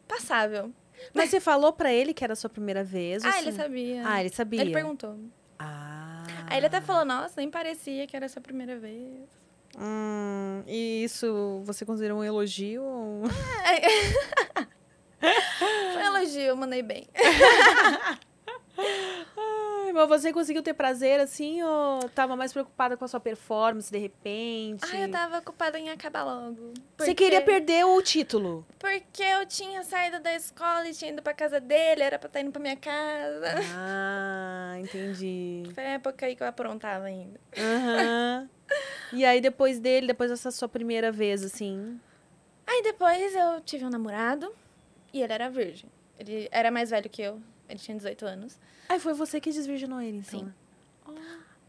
Speaker 2: passável.
Speaker 1: Mas você falou pra ele que era a sua primeira vez? ou
Speaker 2: Ah, ele
Speaker 1: sim?
Speaker 2: sabia.
Speaker 1: Ah, ele sabia.
Speaker 2: Ele perguntou.
Speaker 1: Ah.
Speaker 2: Aí ele até falou, nossa, nem parecia que era a sua primeira vez.
Speaker 1: Hum, e isso você considera um elogio? ou-
Speaker 2: Foi um elogio, eu mandei bem.
Speaker 1: Ai, mas você conseguiu ter prazer assim ou tava mais preocupada com a sua performance de repente?
Speaker 2: Ai, eu tava ocupada em acabar logo.
Speaker 1: Você
Speaker 2: Porque-
Speaker 1: queria perder o título.
Speaker 2: Porque eu tinha saído da escola e tinha ido pra casa dele, era pra estar indo pra minha casa.
Speaker 1: Ah, entendi.
Speaker 2: Foi a época aí que eu aprontava ainda.
Speaker 1: Aham. E aí, depois dele, depois dessa sua primeira vez, assim.
Speaker 2: Aí depois eu tive um namorado e ele era virgem. Ele era mais velho que eu, ele tinha 18 anos.
Speaker 1: Aí foi você que desvirginou ele, então.
Speaker 2: Sim.
Speaker 1: né?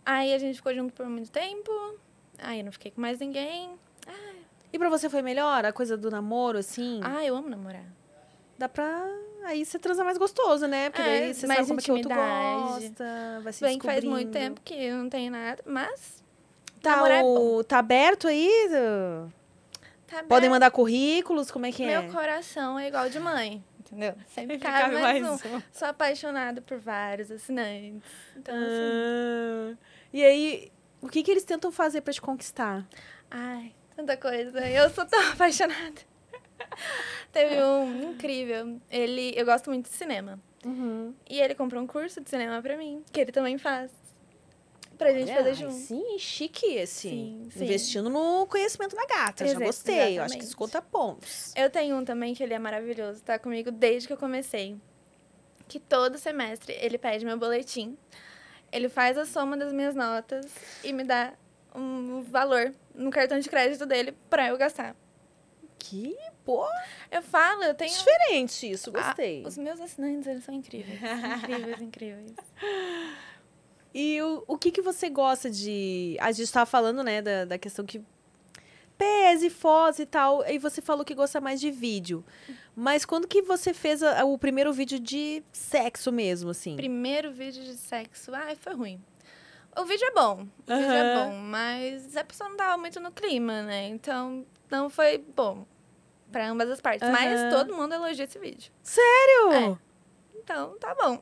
Speaker 2: Aí a gente ficou junto por muito tempo, aí eu não fiquei com mais ninguém.
Speaker 1: E pra você foi melhor a coisa do namoro, assim?
Speaker 2: Ah, eu amo namorar.
Speaker 1: Dá pra. Aí você transa mais gostoso, né? Porque
Speaker 2: É,
Speaker 1: daí você
Speaker 2: mais
Speaker 1: sabe como é que o outro
Speaker 2: intimidade.
Speaker 1: gosta. Vai se
Speaker 2: Bem que faz
Speaker 1: descobrindo.
Speaker 2: muito tempo que eu não tenho nada, mas
Speaker 1: Tá,
Speaker 2: Namorar é
Speaker 1: o... tá aberto aí? do-
Speaker 2: tá bem.
Speaker 1: Podem mandar currículos? Como é que é?
Speaker 2: Meu coração é igual de mãe,
Speaker 1: (laughs)
Speaker 2: entendeu? Sempre
Speaker 1: Ficar
Speaker 2: cabe mais, um.
Speaker 1: um.
Speaker 2: Sou apaixonada por vários assinantes. Então, assim,
Speaker 1: Ah, E aí, o que, que eles tentam fazer pra te conquistar?
Speaker 2: assim, Ai, tanta coisa. Eu sou tão (laughs) apaixonada. Teve um incrível. Ele, eu gosto muito de cinema.
Speaker 1: Uhum.
Speaker 2: E ele comprou um curso de cinema pra mim, que ele também faz. Pra gente fazer junto.
Speaker 1: Sim, chique esse.
Speaker 2: Sim, sim.
Speaker 1: Investindo no conhecimento da gata.
Speaker 2: Exa-
Speaker 1: já gostei. Eu acho que
Speaker 2: exatamente.
Speaker 1: isso conta pontos.
Speaker 2: Eu tenho um também que ele é maravilhoso, tá comigo desde que eu comecei. Que todo semestre ele pede meu boletim, ele faz a soma das minhas notas e me dá um valor no cartão de crédito dele pra eu gastar.
Speaker 1: É Que porra!
Speaker 2: Eu falo, eu tenho
Speaker 1: Diferente isso,
Speaker 2: Ah,
Speaker 1: gostei.
Speaker 2: Os meus assinantes, eles são incríveis.
Speaker 1: (laughs)
Speaker 2: incríveis, incríveis.
Speaker 1: E o, o que, que você gosta de. A gente tava falando, né, da, da questão que. Pese, foz e tal. E você falou que gosta mais de vídeo. Mas quando que você fez a- o primeiro vídeo de sexo mesmo, assim?
Speaker 2: Primeiro vídeo de sexo, ai, foi ruim. O vídeo é bom, o vídeo é
Speaker 1: Aham.
Speaker 2: bom, mas a pessoa não tava muito no clima, né? Então, não foi bom pra ambas as partes.
Speaker 1: Aham.
Speaker 2: Mas todo mundo elogia esse vídeo.
Speaker 1: Sério?
Speaker 2: Então, tá bom.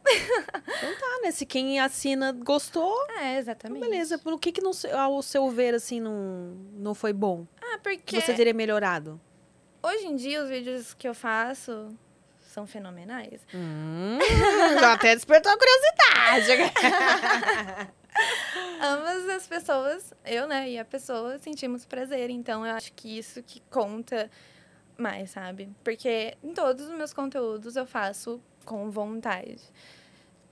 Speaker 1: Ah, né? Se quem assina gostou,
Speaker 2: É, exatamente.
Speaker 1: beleza. Por que, que não, se- ao seu ver, assim, não, não foi bom?
Speaker 2: Ah,
Speaker 1: Que é
Speaker 2: porque
Speaker 1: você teria melhorado?
Speaker 2: hoje em dia os vídeos que eu faço são fenomenais.
Speaker 1: Hum, já até despertou a (laughs) curiosidade.
Speaker 2: Ambas as pessoas, eu, né, e a pessoa, sentimos prazer. Então, eu acho que isso que conta mais, sabe? Porque em todos os meus conteúdos eu faço com vontade.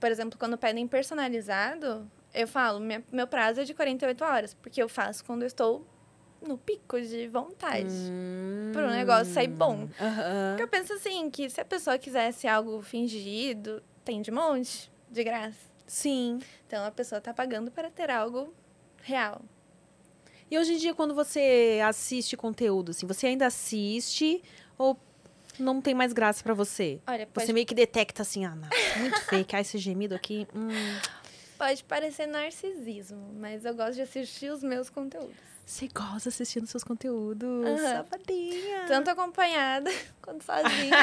Speaker 2: Por exemplo, quando pedem personalizado, eu falo, minha- meu prazo é de 48 horas, porque eu faço quando eu estou no pico de vontade.
Speaker 1: Hum.
Speaker 2: Pro um negócio sair bom.
Speaker 1: Aham.
Speaker 2: Porque eu penso assim, que se a pessoa quisesse algo fingido, tem de monte, de graça.
Speaker 1: Sim.
Speaker 2: Então a pessoa tá pagando para ter algo real.
Speaker 1: E hoje em dia, quando você assiste conteúdo, assim, você ainda assiste ou não tem mais graça pra você?
Speaker 2: Olha,
Speaker 1: Você
Speaker 2: pode,
Speaker 1: meio que detecta assim, ah, não, muito fake, ah, esse gemido aqui. hum.
Speaker 2: pode parecer narcisismo, mas eu gosto de assistir os meus conteúdos.
Speaker 1: Você gosta assistindo seus conteúdos.
Speaker 2: Aham. Então
Speaker 1: Safadinha.
Speaker 2: Tanto acompanhada (laughs) quanto
Speaker 1: (laughs)
Speaker 2: sozinha.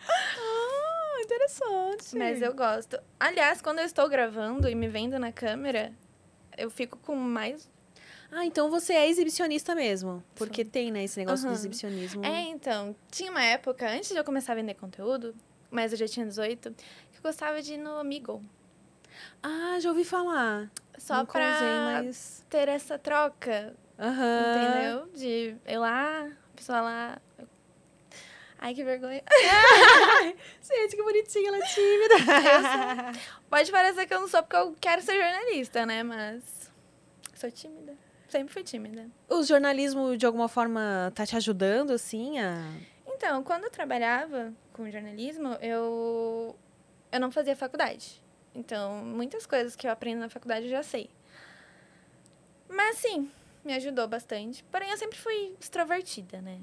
Speaker 1: Ah, interessante.
Speaker 2: Mas é eu gosto. Aliás, quando eu estou gravando e me vendo na câmera, eu fico com mais.
Speaker 1: Ah, então você é exibicionista mesmo. Porque tem, né, esse negócio do
Speaker 2: Aham.
Speaker 1: exibicionismo.
Speaker 2: É, então, tinha uma época, antes de eu começar a vender conteúdo, mas eu já tinha 18, que eu gostava de ir no Amigo.
Speaker 1: Ah, já ouvi falar.
Speaker 2: Só
Speaker 1: Nunca
Speaker 2: pra
Speaker 1: usei, mas...
Speaker 2: ter essa troca,
Speaker 1: Aham.
Speaker 2: entendeu? De eu lá, a pessoa lá. eu- Ai, que vergonha. (laughs)
Speaker 1: Gente, que bonitinha, ela é tímida.
Speaker 2: Pode parecer que eu não sou porque eu quero ser jornalista, né? Mas. Sou tímida. Sempre fui tímida.
Speaker 1: (laughs) o jornalismo, de alguma forma, tá te ajudando, assim, a...
Speaker 2: Então, quando eu trabalhava com jornalismo, eu, eu não fazia faculdade. Então, muitas coisas que eu aprendo na faculdade eu já sei. Mas, sim, me ajudou bastante. Porém, eu sempre fui extrovertida, né?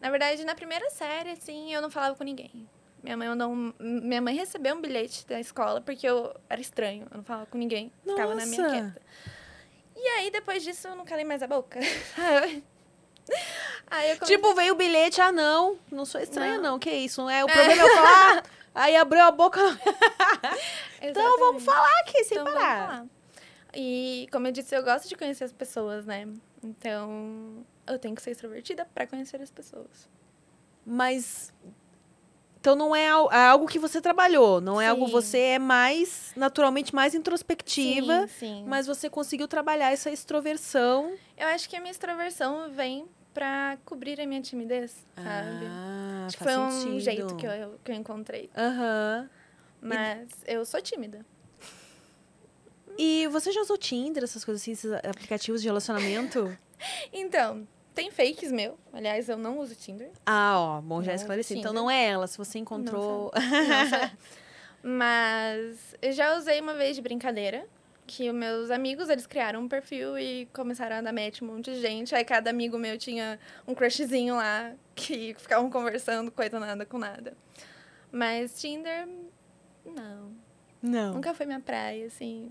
Speaker 2: Na verdade, na primeira série, assim, eu não falava com ninguém. Minha mãe, mandou um- minha mãe recebeu um bilhete da escola porque eu era estranho. Eu não falava com ninguém. Ficava na minha
Speaker 1: Nossa!
Speaker 2: quieta. E aí, depois disso, eu não calei mais a boca. (laughs) sabe? aí eu comecei...
Speaker 1: Tipo, veio o bilhete, ah, não, não sou estranha, não,
Speaker 2: Não.
Speaker 1: que isso, não é? O problema é eu falar, aí abriu a boca, (laughs) então vamos
Speaker 2: Exatamente.
Speaker 1: falar aqui, sem
Speaker 2: Então, vamos
Speaker 1: parar.
Speaker 2: falar. E, como eu disse, eu gosto de conhecer as pessoas, né? Então, eu tenho que ser extrovertida pra conhecer as pessoas.
Speaker 1: Mas, então não é al- é algo que você trabalhou, não é algo,
Speaker 2: Sim.
Speaker 1: você é mais, naturalmente, mais introspectiva,
Speaker 2: sim.
Speaker 1: mas
Speaker 2: Mas
Speaker 1: você conseguiu trabalhar essa extroversão.
Speaker 2: eu acho que a minha extroversão vem pra cobrir a minha timidez, sabe?
Speaker 1: Ah,
Speaker 2: acho que
Speaker 1: faz
Speaker 2: foi um
Speaker 1: sentido.
Speaker 2: jeito que eu, que eu encontrei.
Speaker 1: Aham.
Speaker 2: Mas eu sou tímida.
Speaker 1: E você já usou Tinder, essas coisas assim, esses aplicativos de relacionamento?
Speaker 2: Então, tem fakes meu. Aliás, eu não uso Tinder.
Speaker 1: Ah, ó, bom, já
Speaker 2: Não,
Speaker 1: esclareci. Então
Speaker 2: Tinder.
Speaker 1: não é ela, se você (laughs) encontrou.
Speaker 2: (laughs) Não, só- Mas eu já usei uma vez de brincadeira. Que os meus amigos, eles criaram um perfil e começaram a dar match um monte de gente. Aí cada amigo meu tinha um crushzinho lá, que ficavam conversando, coisa nada com nada. Mas Tinder, não.
Speaker 1: Não.
Speaker 2: Nunca foi minha praia, assim.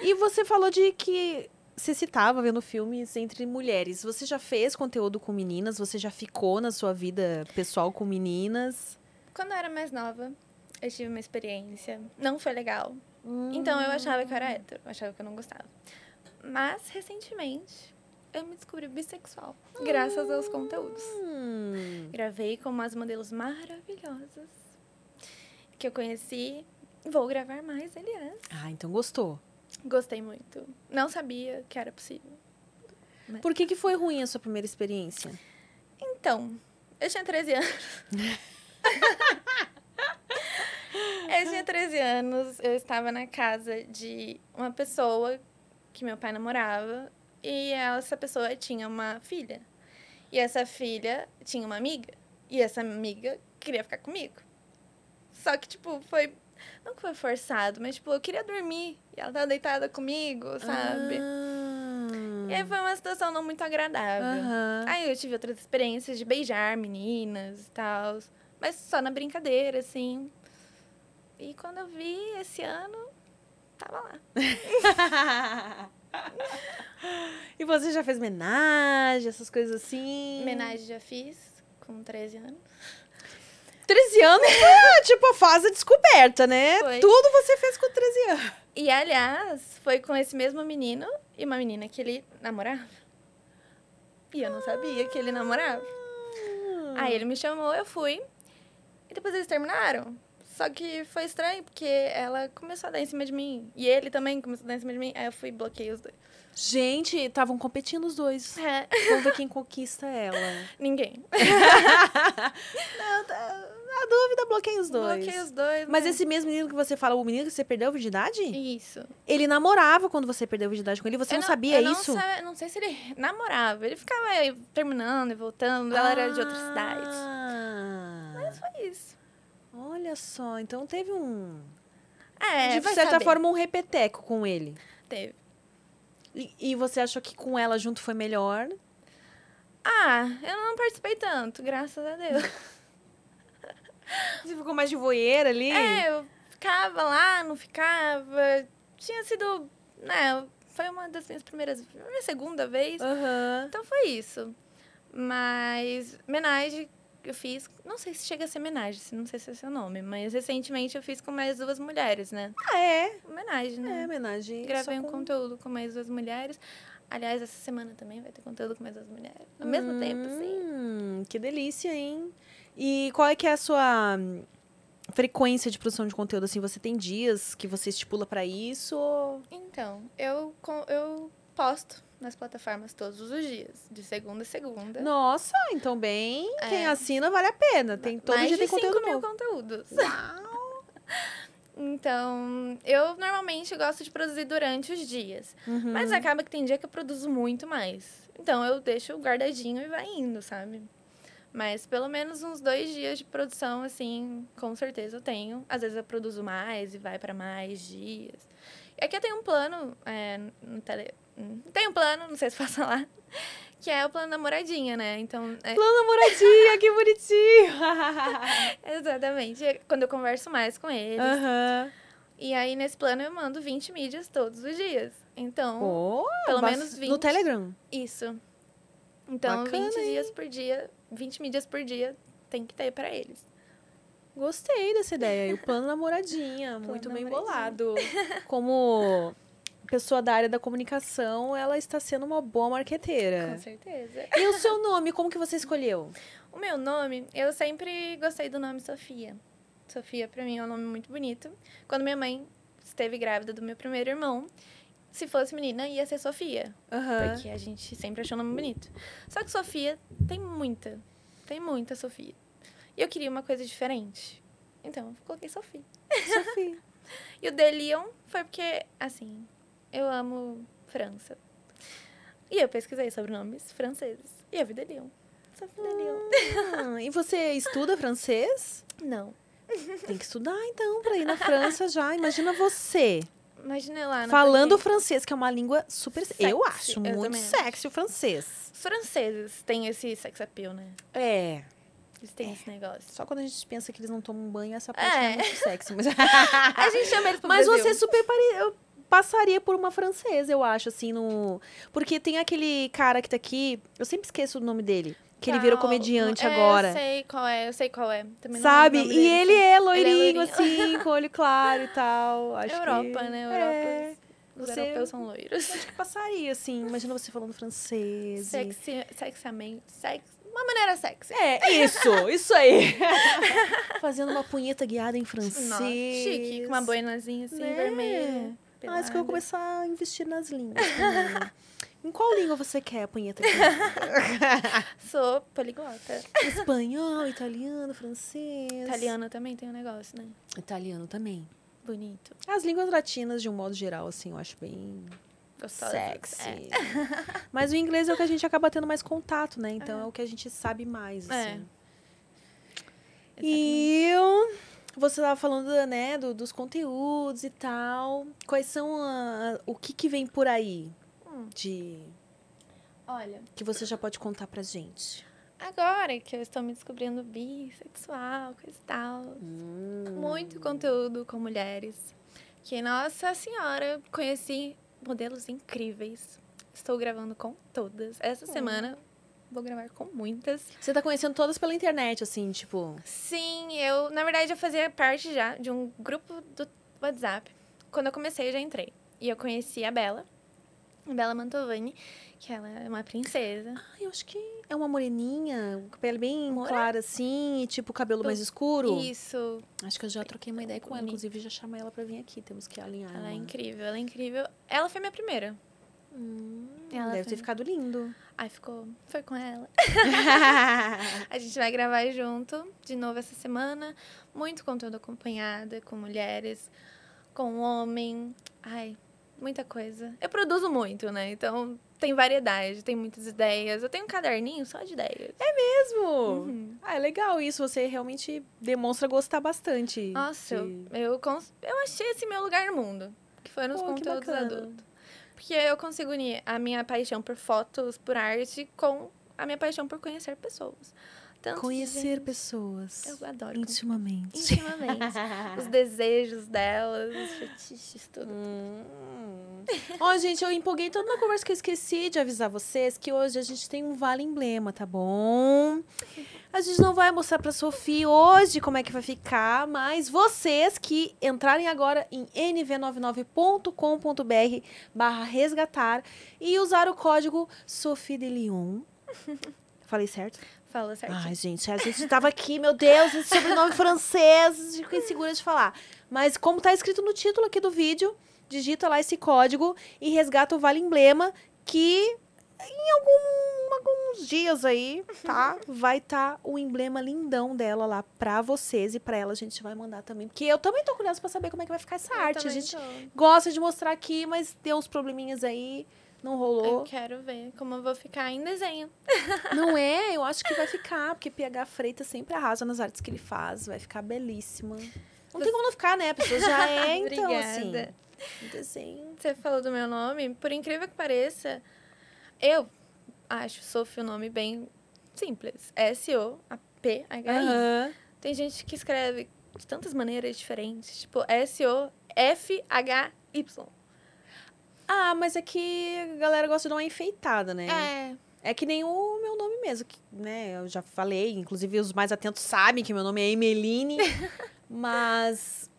Speaker 1: E você falou de que você citava vendo filmes entre mulheres. Você já fez conteúdo com meninas? Você já ficou na sua vida pessoal com meninas?
Speaker 2: Quando eu era mais nova, eu tive uma experiência. Não foi legal. Então eu achava que eu era hétero, eu achava que eu não gostava. Mas, recentemente, eu me descobri bissexual, graças aos conteúdos.
Speaker 1: Hum.
Speaker 2: Gravei com umas modelos maravilhosas que eu conheci. Vou gravar mais, aliás.
Speaker 1: Ah, então gostou.
Speaker 2: Gostei muito. Não sabia que era possível.
Speaker 1: Por que, que foi ruim a sua primeira experiência?
Speaker 2: Então, eu tinha 13 anos. eu tinha 13 anos, eu estava na casa de uma pessoa que meu pai namorava e essa pessoa tinha uma filha. E essa filha tinha uma amiga e essa amiga queria ficar comigo. Só que tipo, foi não que foi forçado, mas tipo, eu queria dormir e ela tava deitada comigo, sabe? E aí
Speaker 1: Ah.
Speaker 2: foi uma situação não muito agradável.
Speaker 1: Aham.
Speaker 2: Aí Ah, eu tive outras experiências de beijar meninas e tal. Mas só na brincadeira, assim. E quando eu vi esse ano, tava lá.
Speaker 1: (laughs) e você já fez homenagem, essas coisas assim?
Speaker 2: Homenagem já fiz, com 13 anos.
Speaker 1: 13 anos foi, tipo, a fase descoberta, né?
Speaker 2: Foi.
Speaker 1: Tudo você fez com 13 anos.
Speaker 2: E aliás, foi com esse mesmo menino e uma menina que ele namorava. E eu não sabia que ele namorava. Aí ele me chamou, eu fui. E depois eles terminaram. Só que foi estranho, porque ela começou a dar em cima de mim. E ele também começou a dar em cima de mim. Aí eu fui e bloqueei os dois.
Speaker 1: Gente, estavam competindo os dois.
Speaker 2: É,
Speaker 1: Vamos ver quem conquista ela.
Speaker 2: ninguém.
Speaker 1: Não, tá- a dúvida, bloqueia os dois.
Speaker 2: Bloqueei os dois.
Speaker 1: Mas
Speaker 2: né?
Speaker 1: esse mesmo menino que você fala, o menino que você perdeu a virgindade?
Speaker 2: Isso.
Speaker 1: Ele namorava quando você perdeu a virgindade com ele. Você
Speaker 2: Eu
Speaker 1: não, sabia
Speaker 2: eu não
Speaker 1: isso?
Speaker 2: sa- não sei se ele namorava. Ele ficava aí terminando e voltando. Ela era de outra cidade.
Speaker 1: Ah.
Speaker 2: Foi isso.
Speaker 1: Olha só, então teve um.
Speaker 2: É,
Speaker 1: de
Speaker 2: vai
Speaker 1: certa
Speaker 2: saber.
Speaker 1: forma, um repeteco com ele.
Speaker 2: Teve.
Speaker 1: E, e você achou que com ela junto foi melhor?
Speaker 2: Ah, eu não participei tanto, graças a Deus.
Speaker 1: Você ficou mais de voeira ali?
Speaker 2: É, eu ficava lá, não ficava. Tinha sido. né, foi uma das minhas primeiras. Minha segunda vez.
Speaker 1: Aham.
Speaker 2: Então foi isso. Mas. Menage eu fiz. Não sei se chega a ser menage, se- não sei se é seu nome, mas recentemente eu fiz com mais duas mulheres, né?
Speaker 1: Ah, é.
Speaker 2: Homenagem,
Speaker 1: É,
Speaker 2: né?
Speaker 1: homenagem.
Speaker 2: Gravei
Speaker 1: só
Speaker 2: um
Speaker 1: com-
Speaker 2: conteúdo com mais duas mulheres. Aliás, essa semana também vai ter conteúdo com mais duas mulheres. Ao mesmo tempo, sim.
Speaker 1: Hum, Que delícia, hein? E qual é que é a sua hum, frequência de produção de conteúdo? Assim, você tem dias que você estipula pra isso? ou-
Speaker 2: Então, eu, co- eu posto nas plataformas todos os dias, de segunda a segunda.
Speaker 1: Nossa, então bem,
Speaker 2: É.
Speaker 1: quem assina vale a pena. Tem todo
Speaker 2: mais
Speaker 1: dia
Speaker 2: de
Speaker 1: tem conteúdo
Speaker 2: 5 mil
Speaker 1: novo.
Speaker 2: conteúdos. (laughs) Então, eu normalmente gosto de produzir durante os dias.
Speaker 1: Uhum.
Speaker 2: Mas acaba que tem dia que eu produzo muito mais. Então eu deixo guardadinho e vai indo, sabe? Mas pelo menos uns dois dias de produção, assim, com certeza eu tenho. Às vezes eu produzo mais e vai pra mais dias. E aqui eu tenho um plano, é, no tele... hum, tem um plano, não sei (laughs) se passa lá, que é o plano da moradinha, né? Então, é-
Speaker 1: Plano moradia, que (laughs) bonitinho!
Speaker 2: exatamente, é quando eu converso mais com eles.
Speaker 1: Aham.
Speaker 2: E aí nesse plano eu mando 20 mídias todos os dias. Então,
Speaker 1: Pô,
Speaker 2: pelo
Speaker 1: bas-
Speaker 2: menos 20.
Speaker 1: No Telegram.
Speaker 2: Isso. Então,
Speaker 1: Bacana,
Speaker 2: 20
Speaker 1: hein?
Speaker 2: dias por dia, 20 mídias por dia tem que ter pra eles.
Speaker 1: Gostei dessa ideia. E o plano namoradinha,
Speaker 2: Plano
Speaker 1: muito bem bolado.
Speaker 2: (laughs) namoradinha.
Speaker 1: Como pessoa da área da comunicação, ela está sendo uma boa
Speaker 2: Com
Speaker 1: marqueteira.
Speaker 2: certeza.
Speaker 1: E o seu nome, como que você escolheu?
Speaker 2: O meu nome, eu sempre gostei do nome Sofia. Sofia, pra mim, é um nome muito bonito. Quando minha mãe esteve grávida do meu primeiro irmão, se fosse menina, ia ser Sofia.
Speaker 1: Aham.
Speaker 2: Porque a gente sempre achou o nome bonito. Só que Sofia tem muita. Tem muita Sofia. E eu queria uma coisa diferente. Então, eu coloquei Sofia.
Speaker 1: Sofia.
Speaker 2: E o De Leon foi porque, assim, eu amo França. E eu pesquisei sobre nomes franceses. E eu vi De Leon. Só vi De Leon.
Speaker 1: Hum, e você estuda francês?
Speaker 2: Não.
Speaker 1: Tem que estudar, então, pra ir na França já. Imagina você
Speaker 2: Imagina eu lá na
Speaker 1: falando
Speaker 2: Paris.
Speaker 1: francês, que é uma língua super...
Speaker 2: Sexy,
Speaker 1: Eu acho
Speaker 2: eu
Speaker 1: muito
Speaker 2: também acho.
Speaker 1: sexy o francês.
Speaker 2: Os franceses têm esse sex appeal, né?
Speaker 1: É.
Speaker 2: Eles têm
Speaker 1: (laughs)
Speaker 2: esse negócio.
Speaker 1: Só quando a gente pensa que eles não tomam banho, essa parte não é
Speaker 2: É.
Speaker 1: muito sexy.
Speaker 2: (laughs)
Speaker 1: Mas,
Speaker 2: A gente chama eles pro
Speaker 1: mas
Speaker 2: Brasil.
Speaker 1: você super pare- eu passaria por uma francesa, eu acho, assim, no. Porque tem aquele cara que tá aqui, eu sempre esqueço o nome dele. Que ele virou
Speaker 2: Tal.
Speaker 1: comediante
Speaker 2: É,
Speaker 1: agora.
Speaker 2: Eu sei qual é, eu sei qual é. Também não
Speaker 1: Sabe?
Speaker 2: lembro
Speaker 1: E
Speaker 2: o nome dele,
Speaker 1: ele é loirinho,
Speaker 2: loirinho. (laughs)
Speaker 1: assim, com olho claro e tal. Acho que-
Speaker 2: Europa, né?
Speaker 1: É,
Speaker 2: Europa. Os
Speaker 1: Você-
Speaker 2: europeus são loiros.
Speaker 1: acho que passaria, assim. Imagina você falando francês. e-
Speaker 2: Sexy, sexamente, sex... Uma maneira sexy.
Speaker 1: É, isso, isso aí. (laughs) Fazendo uma punheta guiada em francês.
Speaker 2: Nossa, chique, com uma boinazinha assim,
Speaker 1: Né?
Speaker 2: vermelha.
Speaker 1: Ah, acho que eu vou
Speaker 2: pelada.
Speaker 1: começar a investir nas línguas. também. né? em qual língua você quer a punheta? aqui?
Speaker 2: Sou poliglota.
Speaker 1: Espanhol, italiano, francês.
Speaker 2: Italiana também tem um negócio, né?
Speaker 1: Italiano também.
Speaker 2: Bonito.
Speaker 1: As línguas latinas, de um modo geral, assim, eu acho bem
Speaker 2: Gostosa. É.
Speaker 1: sexy. (laughs) Mas o inglês é o que a gente acaba tendo mais contato, né? Então é, o que a gente sabe mais,
Speaker 2: É.
Speaker 1: assim. E eu... Você tava falando, né, do- dos conteúdos e tal. Quais são a- o que que vem por aí
Speaker 2: Hum.
Speaker 1: de
Speaker 2: Olha,
Speaker 1: que você já pode contar pra gente?
Speaker 2: agora que eu estou me descobrindo bissexual, coisa e tal.
Speaker 1: Hum.
Speaker 2: Muito conteúdo com mulheres. Que, nossa senhora, conheci modelos incríveis. Estou gravando com todas. Essa
Speaker 1: Hum.
Speaker 2: semana vou gravar com muitas.
Speaker 1: Você tá conhecendo todas pela internet, assim, tipo.
Speaker 2: Sim, eu, na verdade, eu fazia parte já de um grupo do WhatsApp. Quando eu comecei, eu já entrei. E eu conheci a Bela, Bela Mantovani, que ela é uma princesa.
Speaker 1: Ah, eu acho que é uma moreninha, com pele bem
Speaker 2: Morena?
Speaker 1: clara assim, e tipo cabelo mais escuro.
Speaker 2: Isso,
Speaker 1: Acho que eu já troquei uma ideia com ela,
Speaker 2: Bonito.
Speaker 1: inclusive já chamei ela pra vir aqui. Temos que alinhar.
Speaker 2: é
Speaker 1: né?
Speaker 2: ela é
Speaker 1: uma-
Speaker 2: incrível, ela é incrível. Ela foi minha primeira. ela
Speaker 1: Hum, Deve
Speaker 2: foi-
Speaker 1: ter ficado
Speaker 2: (laughs)
Speaker 1: lindo.
Speaker 2: Aí ficou, foi com ela. A gente vai gravar junto de novo essa semana. Muito conteúdo acompanhado com mulheres, com homem. Ai, muita coisa. Eu produzo muito, né? Então tem variedade, tem muitas ideias. Eu tenho um caderninho só de ideias. É
Speaker 1: Mesmo? Ah, é legal isso. Você realmente demonstra gostar bastante.
Speaker 2: Nossa,
Speaker 1: de-
Speaker 2: eu, eu, cons- eu achei esse meu lugar no mundo. Que foram os
Speaker 1: Pô, que
Speaker 2: conteúdos
Speaker 1: bacana.
Speaker 2: adultos. Porque eu consigo unir a minha paixão por fotos, por arte, com a minha paixão por conhecer pessoas. Tanto de
Speaker 1: Conhecer
Speaker 2: gente-
Speaker 1: pessoas.
Speaker 2: Eu adoro. conhecer
Speaker 1: Intimamente. (laughs)
Speaker 2: Intimamente. os desejos delas, os fetiches, tudo.
Speaker 1: Hum. Ó, gente, eu empolguei tanto na conversa que eu esqueci de avisar vocês que hoje a gente tem um vale emblema, tá bom? A gente não vai mostrar pra Sofia hoje como é que vai ficar, mas vocês que entrarem agora em nv99.com.br barra resgatar e usar o código Sofia de Leon. Falei certo?
Speaker 2: Fala certinho.
Speaker 1: Ai, gente, a gente tava aqui, meu Deus, esse sobrenome francês, fico insegura de falar. Mas como tá escrito no título aqui do vídeo, digita lá esse código e resgata o Vale Emblema, que em algum- alguns dias aí,
Speaker 2: (laughs)
Speaker 1: tá? Vai tá o emblema lindão dela lá pra vocês e pra ela a gente vai mandar também. Porque eu também tô curiosa pra saber como é que vai ficar essa
Speaker 2: Eu
Speaker 1: arte. A
Speaker 2: também
Speaker 1: gente
Speaker 2: tô.
Speaker 1: gosta de mostrar aqui, mas deu uns probleminhas aí, não rolou.
Speaker 2: Eu quero ver como eu vou ficar em desenho.
Speaker 1: Não é? Eu acho que vai ficar, porque PH Freitas sempre arrasa nas artes que ele faz, vai ficar belíssima. Não tem como não ficar, né? A pessoa já
Speaker 2: (laughs)
Speaker 1: é, então, assim.
Speaker 2: Obrigada.
Speaker 1: Um desenho.
Speaker 2: Você falou do meu nome, por incrível que pareça, eu acho Sophie um nome bem simples. S-O-A-P-H-I.
Speaker 1: Aham.
Speaker 2: Tem gente que escreve de tantas maneiras diferentes, tipo S-O-F-H-Y.
Speaker 1: Ah, mas é que a galera gosta de dar uma enfeitada, né?
Speaker 2: É.
Speaker 1: É que nem o meu nome mesmo, que, né? Eu já falei, inclusive os mais atentos sabem que meu nome é
Speaker 2: (laughs)
Speaker 1: Emeline, mas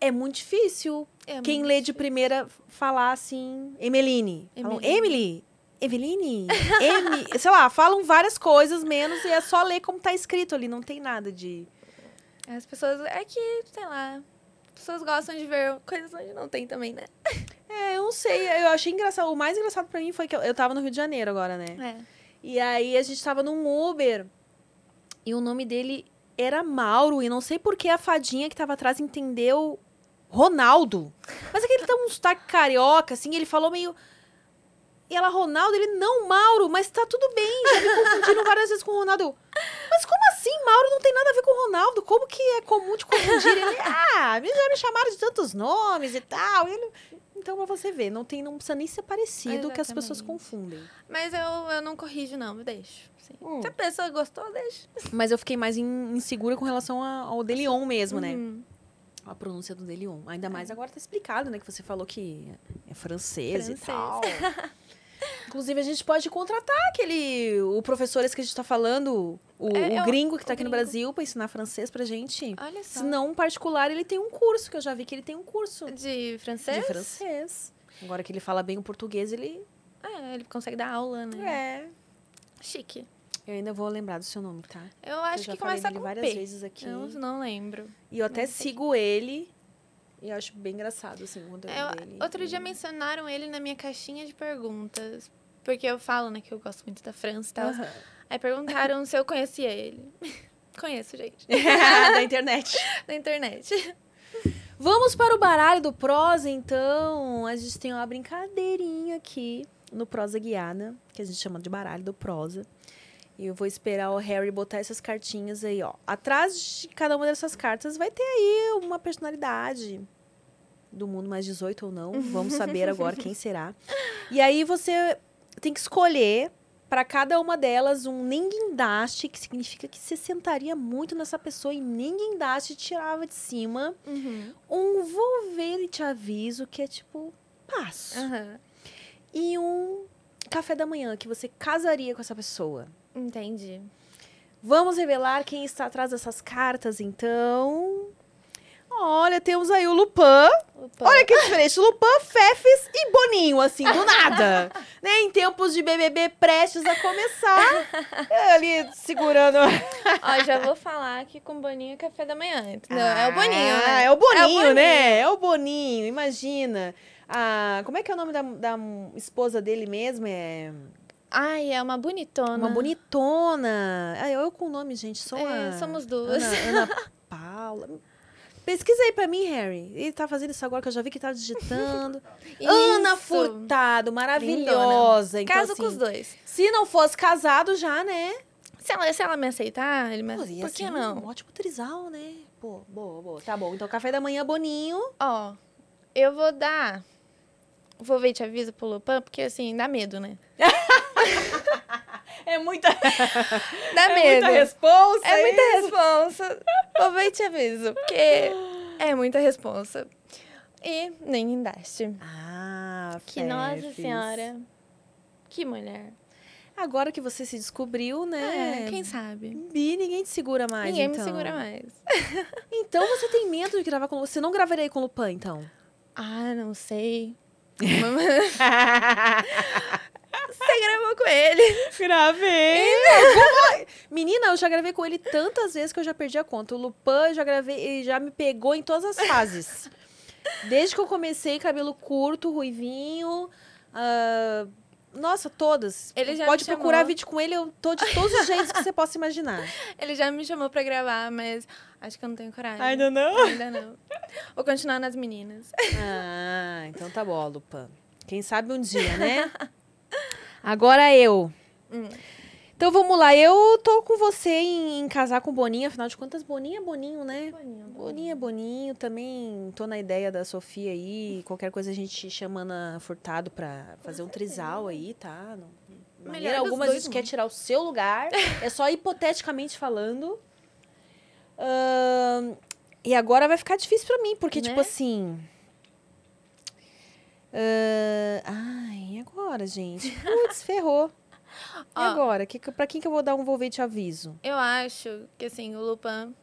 Speaker 1: é muito difícil
Speaker 2: é
Speaker 1: quem
Speaker 2: muito
Speaker 1: lê de
Speaker 2: difícil.
Speaker 1: primeira falar assim, Emeline. Falam,
Speaker 2: Emeline.
Speaker 1: Emily, Eveline, Emi, (laughs) sei lá, falam várias coisas menos e é só ler como tá escrito ali, não tem nada de.
Speaker 2: As pessoas. É que, sei lá. As pessoas gostam de ver coisas onde não tem também, né?
Speaker 1: É, eu não sei, eu achei engraçado, o mais engraçado pra mim foi que eu, eu tava no Rio de Janeiro agora, né?
Speaker 2: É.
Speaker 1: E aí a gente tava num Uber e o nome dele era Mauro e não sei por que a fadinha que tava atrás entendeu Ronaldo. Mas é que ele tá um sotaque carioca, assim, ele falou meio. E ela, Ronaldo, ele, não, Mauro, mas tá tudo bem. Já me confundiram várias vezes com o Ronaldo. Eu, Mas como assim? Mauro não tem nada a ver com o Ronaldo. Como que é comum te confundir? Ele, ah, me- já me chamaram de tantos nomes e tal. E ele- então, pra você ver, não, tem, não precisa nem ser parecido que as pessoas
Speaker 2: Exatamente.
Speaker 1: confundem.
Speaker 2: Mas eu, eu não corrijo, não, eu deixo. assim.
Speaker 1: Hum.
Speaker 2: Se a pessoa gostou, deixa.
Speaker 1: Mas eu fiquei mais in- insegura com relação a- ao Delion mesmo, né?
Speaker 2: Uhum.
Speaker 1: A pronúncia do Delion. Ainda mais agora tá explicado, né? Que você falou que é francês,
Speaker 2: Francês.
Speaker 1: e
Speaker 2: (laughs)
Speaker 1: tal. Inclusive, a gente pode contratar aquele... O professor esse que a gente tá falando, o,
Speaker 2: É,
Speaker 1: o
Speaker 2: é o-
Speaker 1: gringo que tá
Speaker 2: o
Speaker 1: aqui no
Speaker 2: gringo. Ah, tá.
Speaker 1: Brasil, pra ensinar francês pra gente.
Speaker 2: Olha só.
Speaker 1: Se não, um particular, ele tem um curso, que eu já vi que ele tem um curso
Speaker 2: De francês?
Speaker 1: de francês. Agora que ele fala bem o português, ele...
Speaker 2: É, ele consegue dar aula, né?
Speaker 1: É.
Speaker 2: Chique.
Speaker 1: Eu ainda vou lembrar do seu nome, tá?
Speaker 2: Eu acho
Speaker 1: eu já
Speaker 2: que
Speaker 1: falei
Speaker 2: começa
Speaker 1: dele
Speaker 2: com
Speaker 1: várias
Speaker 2: P.
Speaker 1: vezes aqui.
Speaker 2: Eu não lembro.
Speaker 1: E eu até
Speaker 2: Não sei.
Speaker 1: sigo ele. E eu acho bem engraçado, assim, o conteúdo
Speaker 2: Eu-
Speaker 1: dele.
Speaker 2: É, outro dia mencionaram ele na minha caixinha de perguntas. Porque eu falo, né, que eu gosto muito da França e tal.
Speaker 1: Aham.
Speaker 2: Aí perguntaram se eu conhecia ele. (laughs) Conheço, gente.
Speaker 1: É. (laughs) da internet.
Speaker 2: Na internet.
Speaker 1: Vamos para o baralho do Prosa, então. A gente tem uma brincadeirinha aqui no Prosa Guiada, que a gente chama de baralho do Prosa. E eu vou esperar o Harry botar essas cartinhas aí, ó. Atrás de cada uma dessas cartas vai ter aí uma personalidade do mundo mais 18 ou não. Vamos saber agora quem será. E aí você tem que escolher para cada uma delas um ninguindaste, que significa que você sentaria muito nessa pessoa e ninguindaste tirava de cima
Speaker 2: Uhum.
Speaker 1: um vou ver e te aviso, que é tipo passo.
Speaker 2: Aham.
Speaker 1: E um café da manhã, que você casaria com essa pessoa.
Speaker 2: Entendi.
Speaker 1: Vamos revelar quem está atrás dessas cartas, então. Olha, temos aí o Lupan.
Speaker 2: Opa.
Speaker 1: Olha que diferente. Lupan, Fefes e Boninho, assim, do nada. né? Em tempos de BBB prestes a começar. eu ali segurando.
Speaker 2: Ó, já vou falar que com o Boninho é café da manhã, entendeu? é o Boninho,
Speaker 1: Ah,
Speaker 2: né?
Speaker 1: É o Boninho,
Speaker 2: Boninho.
Speaker 1: né? É o Boninho, imagina. Ah, como é que é o nome da, da esposa dele mesmo? É
Speaker 2: Ai, é uma bonitona.
Speaker 1: uma bonitona. Ah, eu, eu com o nome, gente, sou
Speaker 2: É,
Speaker 1: a...
Speaker 2: somos duas.
Speaker 1: Ana, Ana Paula. Pesquisa aí pra mim, Harry. Ele tá fazendo isso agora, que eu já vi que tá digitando. Ana
Speaker 2: (laughs) Isso.
Speaker 1: Furtado, maravilhosa. Então,
Speaker 2: Caso com
Speaker 1: assim,
Speaker 2: os dois.
Speaker 1: Se não fosse casado já, né?
Speaker 2: Se ela, se ela me aceitar, ele me
Speaker 1: Pô,
Speaker 2: aceita.
Speaker 1: ia
Speaker 2: Por
Speaker 1: ser
Speaker 2: que não?
Speaker 1: Um ótimo trisal, né? Pô, boa, boa. Tá bom, então café da manhã, Boninho.
Speaker 2: Ó, eu vou dar. Vou ver e te aviso pro Lupan, porque assim, dá medo, né?
Speaker 1: É muita,
Speaker 2: Dá medo.
Speaker 1: É responsa.
Speaker 2: É muita responsa. Vou ver e te aviso, porque é muita responsa. E nem guindaste.
Speaker 1: Ah,
Speaker 2: Que nossa
Speaker 1: Fefes.
Speaker 2: senhora. Que mulher.
Speaker 1: Agora que você se descobriu, né?
Speaker 2: É, quem sabe?
Speaker 1: Bi, ninguém te segura mais,
Speaker 2: Ninguém
Speaker 1: então.
Speaker 2: me segura mais.
Speaker 1: Então você tem medo de gravar com... Você não gravaria com o Lupan,
Speaker 2: (laughs)
Speaker 1: então?
Speaker 2: Ah,
Speaker 1: (laughs)
Speaker 2: não sei. Você gravou com ele.
Speaker 1: Gravei! Menina, eu já gravei com ele tantas vezes que eu já perdi a conta. O Lupan eu já gravei, ele já me pegou em todas as fases. Desde que eu comecei, cabelo curto, ruivinho. ah, nossa, todas.
Speaker 2: Ele já
Speaker 1: Pode
Speaker 2: me chamou.
Speaker 1: procurar vídeo com ele, eu tô de todos os jeitos que você possa imaginar.
Speaker 2: Ele já me chamou pra gravar, mas acho que eu não tenho coragem.
Speaker 1: não?
Speaker 2: Ainda não. Vou continuar nas meninas.
Speaker 1: Ah, então tá bom, Lupan. Quem sabe um dia, né? (laughs) Agora eu.
Speaker 2: Hum.
Speaker 1: Então vamos lá, eu tô com você em, em casar com o Boninho, afinal de contas, Boninho é Boninho, né? Boninho é Boninho, também tô na ideia da Sofia aí, qualquer coisa a gente chama Ana Furtado pra fazer um trisal aí, tá? Não, de maneira
Speaker 2: Melhor dos
Speaker 1: alguma a
Speaker 2: dois
Speaker 1: gente quer tirar o seu lugar, é só hipoteticamente falando. Ahn, e agora vai ficar difícil pra mim, porque, tipo
Speaker 2: Né?
Speaker 1: assim... ahn, ah, ai, e agora,
Speaker 2: (laughs)
Speaker 1: gente? Putz, ferrou. E
Speaker 2: Ó.
Speaker 1: agora? Que, que- pra quem que eu vou dar um volvete aviso?
Speaker 2: Eu acho que, assim, o Lupan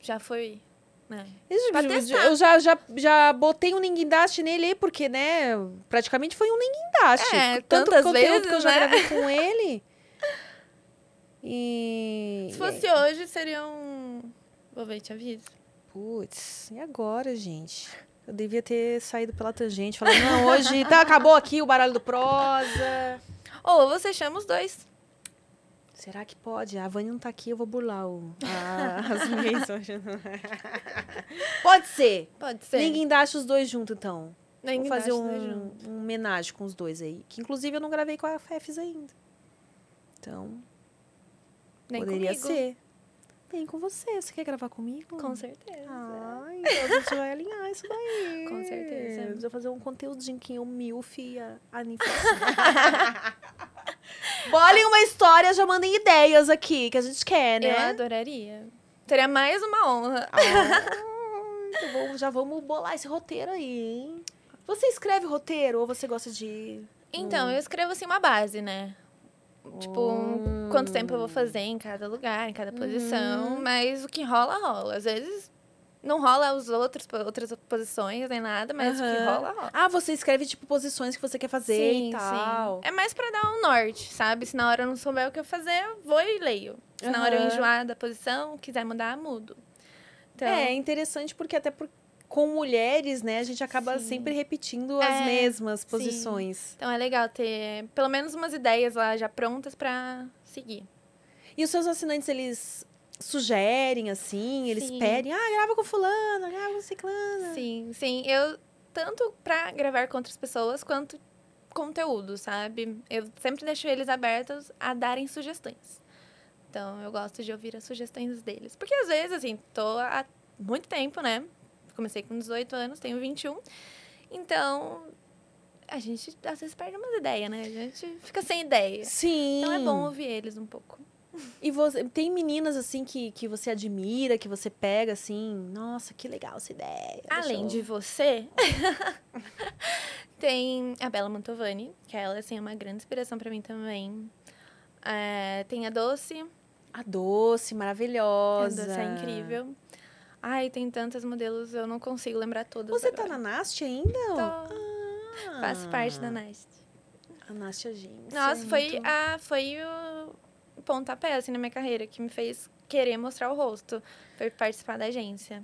Speaker 2: já foi, né?
Speaker 1: Eu,
Speaker 2: Pra
Speaker 1: eu-
Speaker 2: testar.
Speaker 1: eu já, já, já botei um ninguindaste nele aí, porque, né, praticamente foi um ninguindaste.
Speaker 2: É,
Speaker 1: Tanto
Speaker 2: tantas
Speaker 1: conteúdo que eu
Speaker 2: vezes,
Speaker 1: já
Speaker 2: né?
Speaker 1: gravei
Speaker 2: (laughs)
Speaker 1: com ele. E...
Speaker 2: Se fosse hoje, seria um... Vou ver, te aviso.
Speaker 1: Putz, e agora, gente? Eu devia ter saído pela tangente, falando, não, hoje tá, acabou aqui o baralho do prosa.
Speaker 2: Ou você chama os dois.
Speaker 1: Será que pode? A Vânia não tá aqui, eu vou burlar o, a- as leis
Speaker 2: (laughs)
Speaker 1: hoje. pode ser.
Speaker 2: Pode ser.
Speaker 1: Ninguém daste os dois juntos, então. Vou
Speaker 2: Ninguém
Speaker 1: fazer
Speaker 2: bate os dois juntos.
Speaker 1: um, um homenagem com os dois aí. Que inclusive eu não gravei com a Fefes ainda. Então,
Speaker 2: Nem
Speaker 1: poderia
Speaker 2: comigo.
Speaker 1: ser. Vem com você. Você quer gravar comigo?
Speaker 2: Com certeza.
Speaker 1: Ai, então a gente vai alinhar isso daí.
Speaker 2: Com certeza.
Speaker 1: Eu vou fazer um conteúdinho que eu milf e a, a ninfa. Bolem uma história, já mandem ideias aqui, que a gente quer,
Speaker 2: Eu
Speaker 1: né?
Speaker 2: adoraria. Teria mais uma honra.
Speaker 1: Então vamos- já vamos bolar esse roteiro aí, hein? Você escreve roteiro ou você gosta de
Speaker 2: Então,
Speaker 1: Hum.
Speaker 2: eu escrevo assim uma base, né? Tipo, um- quanto tempo eu vou fazer em cada lugar, em cada posição.
Speaker 1: Uhum.
Speaker 2: Mas o que rola, rola. Às vezes não rola os outros, outras posições nem nada, mas o que
Speaker 1: Aham.
Speaker 2: rola, rola.
Speaker 1: Ah, você escreve, tipo, posições que você quer fazer e tal.
Speaker 2: É mais pra dar um norte, sabe? Se na hora eu não souber o que eu fazer, eu vou e leio. Se na hora eu
Speaker 1: Aham.
Speaker 2: enjoar da posição, quiser mudar, mudo. Então,
Speaker 1: É interessante porque até por- com mulheres, né, a gente acaba
Speaker 2: Sim.
Speaker 1: sempre repetindo
Speaker 2: É,
Speaker 1: as mesmas posições.
Speaker 2: então é legal ter pelo menos umas ideias lá já prontas pra seguir.
Speaker 1: E os seus assinantes, eles sugerem, assim, eles
Speaker 2: Sim.
Speaker 1: pedem, ah, grava com fulana, grava com ciclana.
Speaker 2: Sim, sim. Eu, tanto pra gravar com outras pessoas, quanto conteúdo, sabe? Eu sempre deixo eles abertos a darem sugestões. Então, eu gosto de ouvir as sugestões deles. Porque, às vezes, assim, tô há muito tempo, né? Comecei com 18 anos, tenho 21. Então, a gente, às vezes, perde umas ideias, né? A gente fica sem ideia.
Speaker 1: Sim.
Speaker 2: Então, é bom ouvir eles um pouco.
Speaker 1: E você, tem meninas, assim, que, que você admira, que você pega, assim, nossa, que legal essa ideia. deixa
Speaker 2: Além
Speaker 1: eu-
Speaker 2: de você, (laughs) tem a Bela Mantovani, que ela assim, é uma grande inspiração pra mim também. É, tem a Doce,
Speaker 1: A doce,
Speaker 2: a
Speaker 1: maravilhosa.
Speaker 2: Doce é incrível. Ai, tem tantos modelos, eu não consigo lembrar todas.
Speaker 1: Você tá
Speaker 2: agora.
Speaker 1: na Nast ainda?
Speaker 2: Tô.
Speaker 1: Ah,
Speaker 2: Faço parte da Nast.
Speaker 1: A Nast Agência.
Speaker 2: Nossa,
Speaker 1: é
Speaker 2: foi,
Speaker 1: muito-
Speaker 2: a, foi o pontapé, assim, na minha carreira, que me fez querer mostrar o rosto. Foi participar da agência.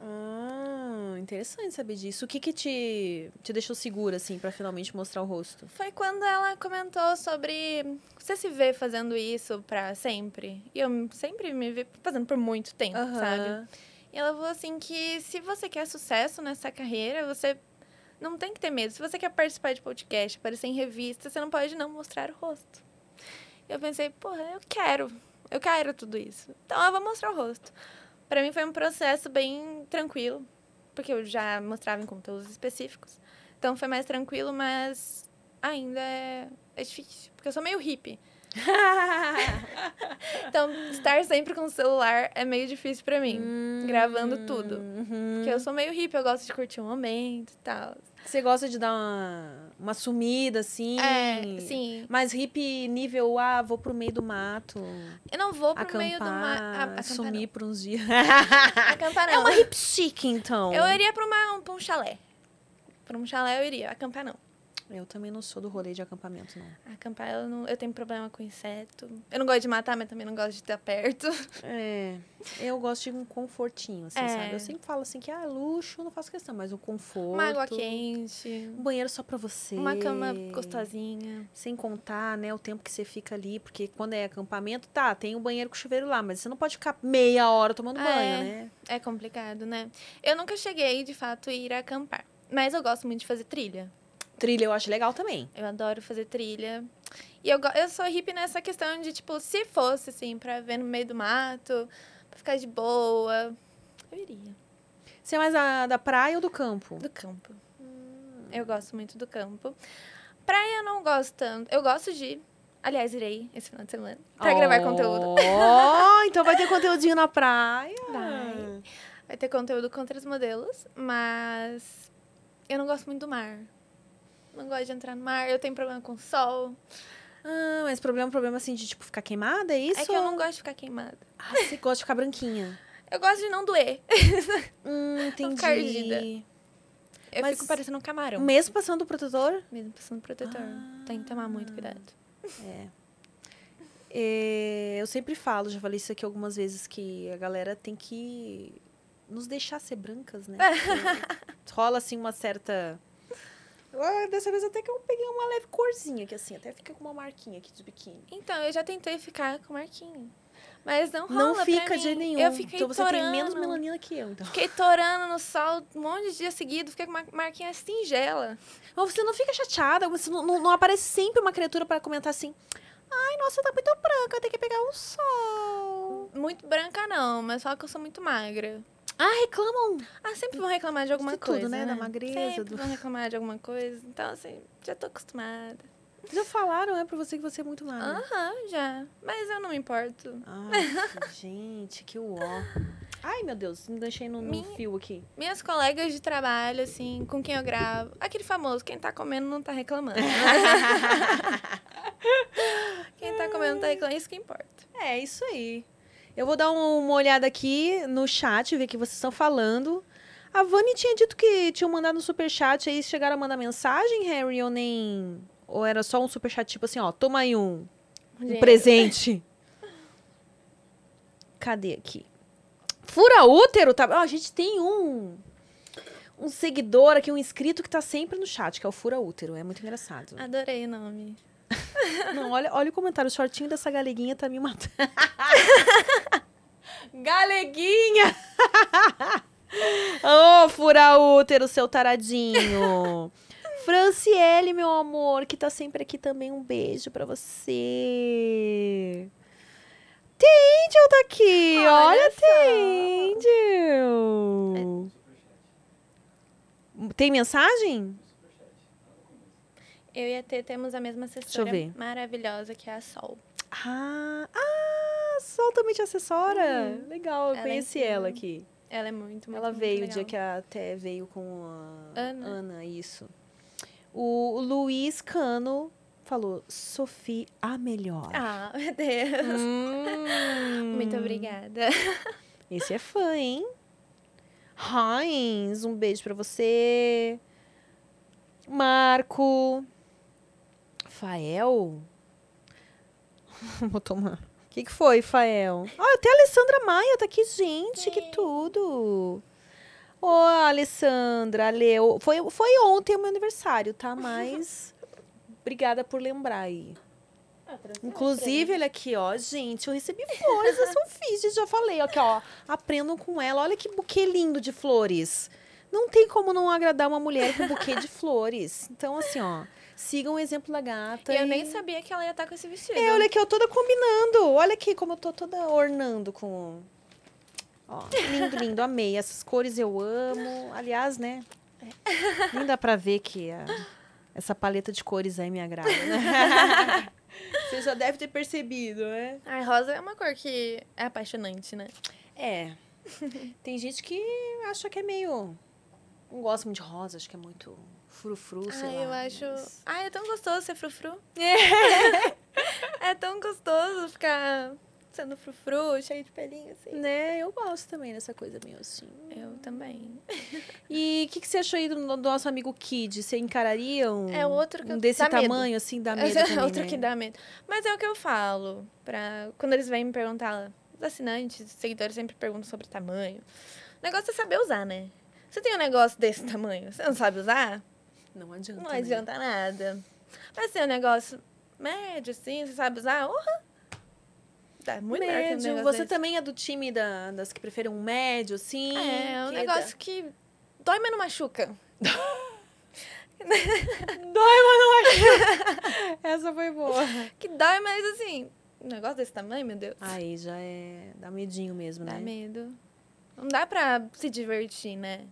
Speaker 1: Ah, interessante saber disso. O que que te, te deixou segura, assim, pra finalmente mostrar o rosto?
Speaker 2: Foi quando ela comentou sobre você se vê fazendo isso pra sempre. E eu sempre me vi fazendo por muito tempo, sabe?
Speaker 1: Aham.
Speaker 2: E ela falou assim que se você quer sucesso nessa carreira, você não tem que ter medo. Se você quer participar de podcast, aparecer em revista, você não pode não mostrar o rosto. Eu pensei, porra, eu quero. Eu quero tudo isso. Então eu vou mostrar o rosto. Pra mim foi um processo bem tranquilo, porque eu já mostrava em conteúdos específicos. Então foi mais tranquilo, mas ainda é, é difícil, porque eu sou meio hippie.
Speaker 1: (laughs)
Speaker 2: Então estar sempre com o celular é meio difícil pra mim. gravando tudo.
Speaker 1: Uhum.
Speaker 2: Porque eu sou meio hippie, eu gosto de curtir o momento e tal.
Speaker 1: Você gosta de dar uma, uma sumida, assim?
Speaker 2: É, sim.
Speaker 1: Mas hippie nível, ah, vou pro meio do mato,
Speaker 2: Eu não vou pro
Speaker 1: acampar,
Speaker 2: meio do mar. a- acampar
Speaker 1: sumir por uns dias.
Speaker 2: não. Acampar não.
Speaker 1: é uma hippie chique, então.
Speaker 2: Eu iria pra, uma, pra um chalé. Pra um chalé eu iria. Acampar não.
Speaker 1: Eu também não sou do rolê de acampamento, não.
Speaker 2: Acampar eu, não, eu tenho problema com inseto. Eu não gosto de matar, mas também não gosto de estar perto.
Speaker 1: É, eu gosto de um confortinho, assim,
Speaker 2: É.
Speaker 1: sabe? Eu sempre falo assim que, ah, luxo, não faço questão, mas um conforto.
Speaker 2: Uma água quente.
Speaker 1: Um banheiro só pra você.
Speaker 2: Uma cama gostosinha.
Speaker 1: Sem contar, né, o tempo que você fica ali, porque quando é acampamento, tá, tem um banheiro com chuveiro lá, mas você não pode ficar meia hora tomando
Speaker 2: É.
Speaker 1: banho, né?
Speaker 2: É complicado, né? Eu nunca cheguei, de fato, a ir acampar. Mas eu gosto muito de fazer trilha.
Speaker 1: Trilha eu acho legal também.
Speaker 2: Eu adoro fazer trilha. E eu, go- eu sou hippie nessa questão de, tipo, se fosse, assim, pra ver no meio do mato, pra ficar de boa, eu iria.
Speaker 1: Você é mais a, da praia ou do campo?
Speaker 2: Do campo.
Speaker 1: Hum.
Speaker 2: Eu gosto muito do campo. Praia eu não gosto tanto. Eu gosto de. Aliás, irei esse final de semana pra
Speaker 1: Oh.
Speaker 2: gravar conteúdo.
Speaker 1: Ó, então vai ter conteúdinho na praia.
Speaker 2: Vai. Vai ter conteúdo com outros modelos, mas eu não gosto muito do mar. Não gosto de entrar no mar, eu tenho problema com sol.
Speaker 1: Ah, mas problema, problema assim de, tipo, ficar queimada, é isso?
Speaker 2: É que eu não gosto de ficar queimada.
Speaker 1: Ah, você gosta de ficar branquinha.
Speaker 2: Eu gosto de não doer.
Speaker 1: (laughs) Hum, entendi.
Speaker 2: ficar ardida. Eu
Speaker 1: Mas-
Speaker 2: fico parecendo um camarão.
Speaker 1: Mesmo passando o protetor?
Speaker 2: Mesmo passando protetor.
Speaker 1: Ah.
Speaker 2: Tem que tomar muito cuidado.
Speaker 1: É, eu sempre falo, já falei isso aqui algumas vezes, que a galera tem que nos deixar ser brancas, (laughs) né? Porque rola assim uma certa. Ah, dessa vez até que eu peguei uma leve corzinha, que assim, até fica com uma marquinha aqui de biquíni.
Speaker 2: Então, eu já tentei ficar com o Marquinho. Mas não rola
Speaker 1: Não
Speaker 2: pra
Speaker 1: fica de
Speaker 2: mim.
Speaker 1: jeito nenhum.
Speaker 2: Eu fiquei
Speaker 1: então você
Speaker 2: torando.
Speaker 1: tem menos melanina que eu, então.
Speaker 2: Fiquei torando no sol um monte de dias seguidos. Fiquei com uma marquinha é singela.
Speaker 1: Mas você não fica chateada, você não, não- não aparece sempre uma criatura pra comentar assim. Ai, nossa, tá muito branca, tem que pegar o sol.
Speaker 2: Muito branca não, mas fala que eu sou muito magra.
Speaker 1: Ah, reclamam.
Speaker 2: Ah, sempre vão reclamar de alguma
Speaker 1: De tudo,
Speaker 2: coisa,
Speaker 1: né? Da magreza,
Speaker 2: Sempre
Speaker 1: do-
Speaker 2: vão reclamar de alguma coisa. Então, assim, já tô acostumada.
Speaker 1: Já falaram, é pra você que você é muito magra.
Speaker 2: Aham, já. Mas eu não me importo.
Speaker 1: Ai, (laughs) gente, que uó. Ai, meu Deus, me deixei no, no
Speaker 2: Minha-
Speaker 1: fio aqui.
Speaker 2: Minhas colegas de trabalho, assim, com quem eu gravo. Aquele famoso, quem tá comendo não tá
Speaker 1: (laughs)
Speaker 2: reclamando. quem tá comendo não tá reclamando, isso que importa.
Speaker 1: É, isso aí. Eu vou dar um- uma olhada aqui no chat, ver o que vocês estão falando. A Vani tinha dito que tinham mandado um superchat, aí chegaram a mandar mensagem, Harry, ou nem... Ou era só um superchat, tipo assim, ó, toma aí um, um presente. (laughs) Cadê aqui? Fura útero, tá? Ó, a gente tem um um seguidor aqui, um inscrito que tá sempre no chat, que é o Fura Útero. É muito engraçado.
Speaker 2: Adorei o nome.
Speaker 1: Não, olha, olha o comentário. O shortinho dessa galeguinha tá me matando. (laughs) galeguinha! (laughs) Ô, fura útero, seu taradinho. Franciele, meu amor, que tá sempre aqui também. Um beijo pra você. Tendel tá aqui. Olha,
Speaker 2: Olha
Speaker 1: Tendel. Tem mensagem?
Speaker 2: Eu e a T temos a mesma
Speaker 1: eu
Speaker 2: assessora
Speaker 1: ver.
Speaker 2: maravilhosa que é a Sol.
Speaker 1: Ah, ah Sol também te assessora. Legal, eu
Speaker 2: Ela é
Speaker 1: conheci
Speaker 2: incrível.
Speaker 1: ela aqui.
Speaker 2: Ela é muito, muito
Speaker 1: Ela
Speaker 2: muito
Speaker 1: veio o
Speaker 2: legal.
Speaker 1: dia que a Té veio com a
Speaker 2: Ana.
Speaker 1: isso. O, o Luiz Cano falou, Sophie, a melhor. (laughs)
Speaker 2: Ah, (laughs) meu Deus.
Speaker 1: Hum.
Speaker 2: Muito obrigada.
Speaker 1: Esse é fã, hein? Heinz, um beijo pra você. Marco. Fael? (laughs) Vou tomar. O que, que foi, Fael? Ah, até a Alessandra Maia tá aqui, gente, que
Speaker 2: Sim.
Speaker 1: tudo. Ô, Alessandra, leu. Foi, foi ontem o meu aniversário, tá? Mas. Obrigada por lembrar aí. Inclusive, olha aqui, ó. Gente, eu recebi flores da Sofia, gente, já falei. Aqui, ó. Aprendam com ela. Olha que buquê lindo de flores. Não tem como não agradar uma mulher com buquê de flores. Então, assim, ó. Sigam o exemplo da gata.
Speaker 2: E eu
Speaker 1: e-
Speaker 2: nem sabia que ela ia estar com esse vestido.
Speaker 1: É, olha aqui, eu toda combinando. Olha aqui como eu tô toda ornando com. Ó, lindo, lindo. Amei. Essas cores eu amo. Aliás, né? Nem dá pra ver que a- essa paleta de cores aí me agrada, né? (laughs) Você já deve ter percebido, né?
Speaker 2: Ai, rosa é uma cor que é apaixonante, né?
Speaker 1: É. Tem gente que acha que é meio. Não gosta muito de rosa, acho que é muito frufru, sei
Speaker 2: Ai,
Speaker 1: lá.
Speaker 2: eu acho.
Speaker 1: mas-
Speaker 2: Ai, é tão gostoso ser frufru. (laughs) É tão gostoso ficar sendo frufru, cheio de pelinho, assim.
Speaker 1: Né? Eu gosto também dessa coisa meio assim.
Speaker 2: Eu também.
Speaker 1: E o que, que você achou aí do, do nosso amigo Kid? Você encararia um,
Speaker 2: É outro que
Speaker 1: um
Speaker 2: eu-
Speaker 1: desse
Speaker 2: dá medo.
Speaker 1: tamanho, assim,
Speaker 2: (laughs)
Speaker 1: da medo
Speaker 2: Esse é
Speaker 1: também,
Speaker 2: outro
Speaker 1: né?
Speaker 2: que dá medo. Mas é o que eu falo. Pra... Quando eles vêm me perguntar, os assinantes, os seguidores sempre perguntam sobre tamanho. O negócio é saber usar, né? Você tem um negócio desse tamanho, você não sabe usar?
Speaker 1: Não adianta,
Speaker 2: Não
Speaker 1: né?
Speaker 2: adianta nada. Mas se é um negócio médio, assim, você sabe usar? Uhum. Tá muito melhor que um
Speaker 1: Médio.
Speaker 2: negócio
Speaker 1: Você
Speaker 2: desse.
Speaker 1: também é do time da- das que preferem um médio, assim?
Speaker 2: É, um
Speaker 1: que
Speaker 2: negócio que dói, mas não machuca. é,
Speaker 1: dá- Essa foi boa.
Speaker 2: Que dói, mas assim, um negócio desse tamanho, meu Deus.
Speaker 1: (laughs) Aí já é... Dá medinho mesmo,
Speaker 2: Dá
Speaker 1: né?
Speaker 2: medo. Não dá pra se divertir, né?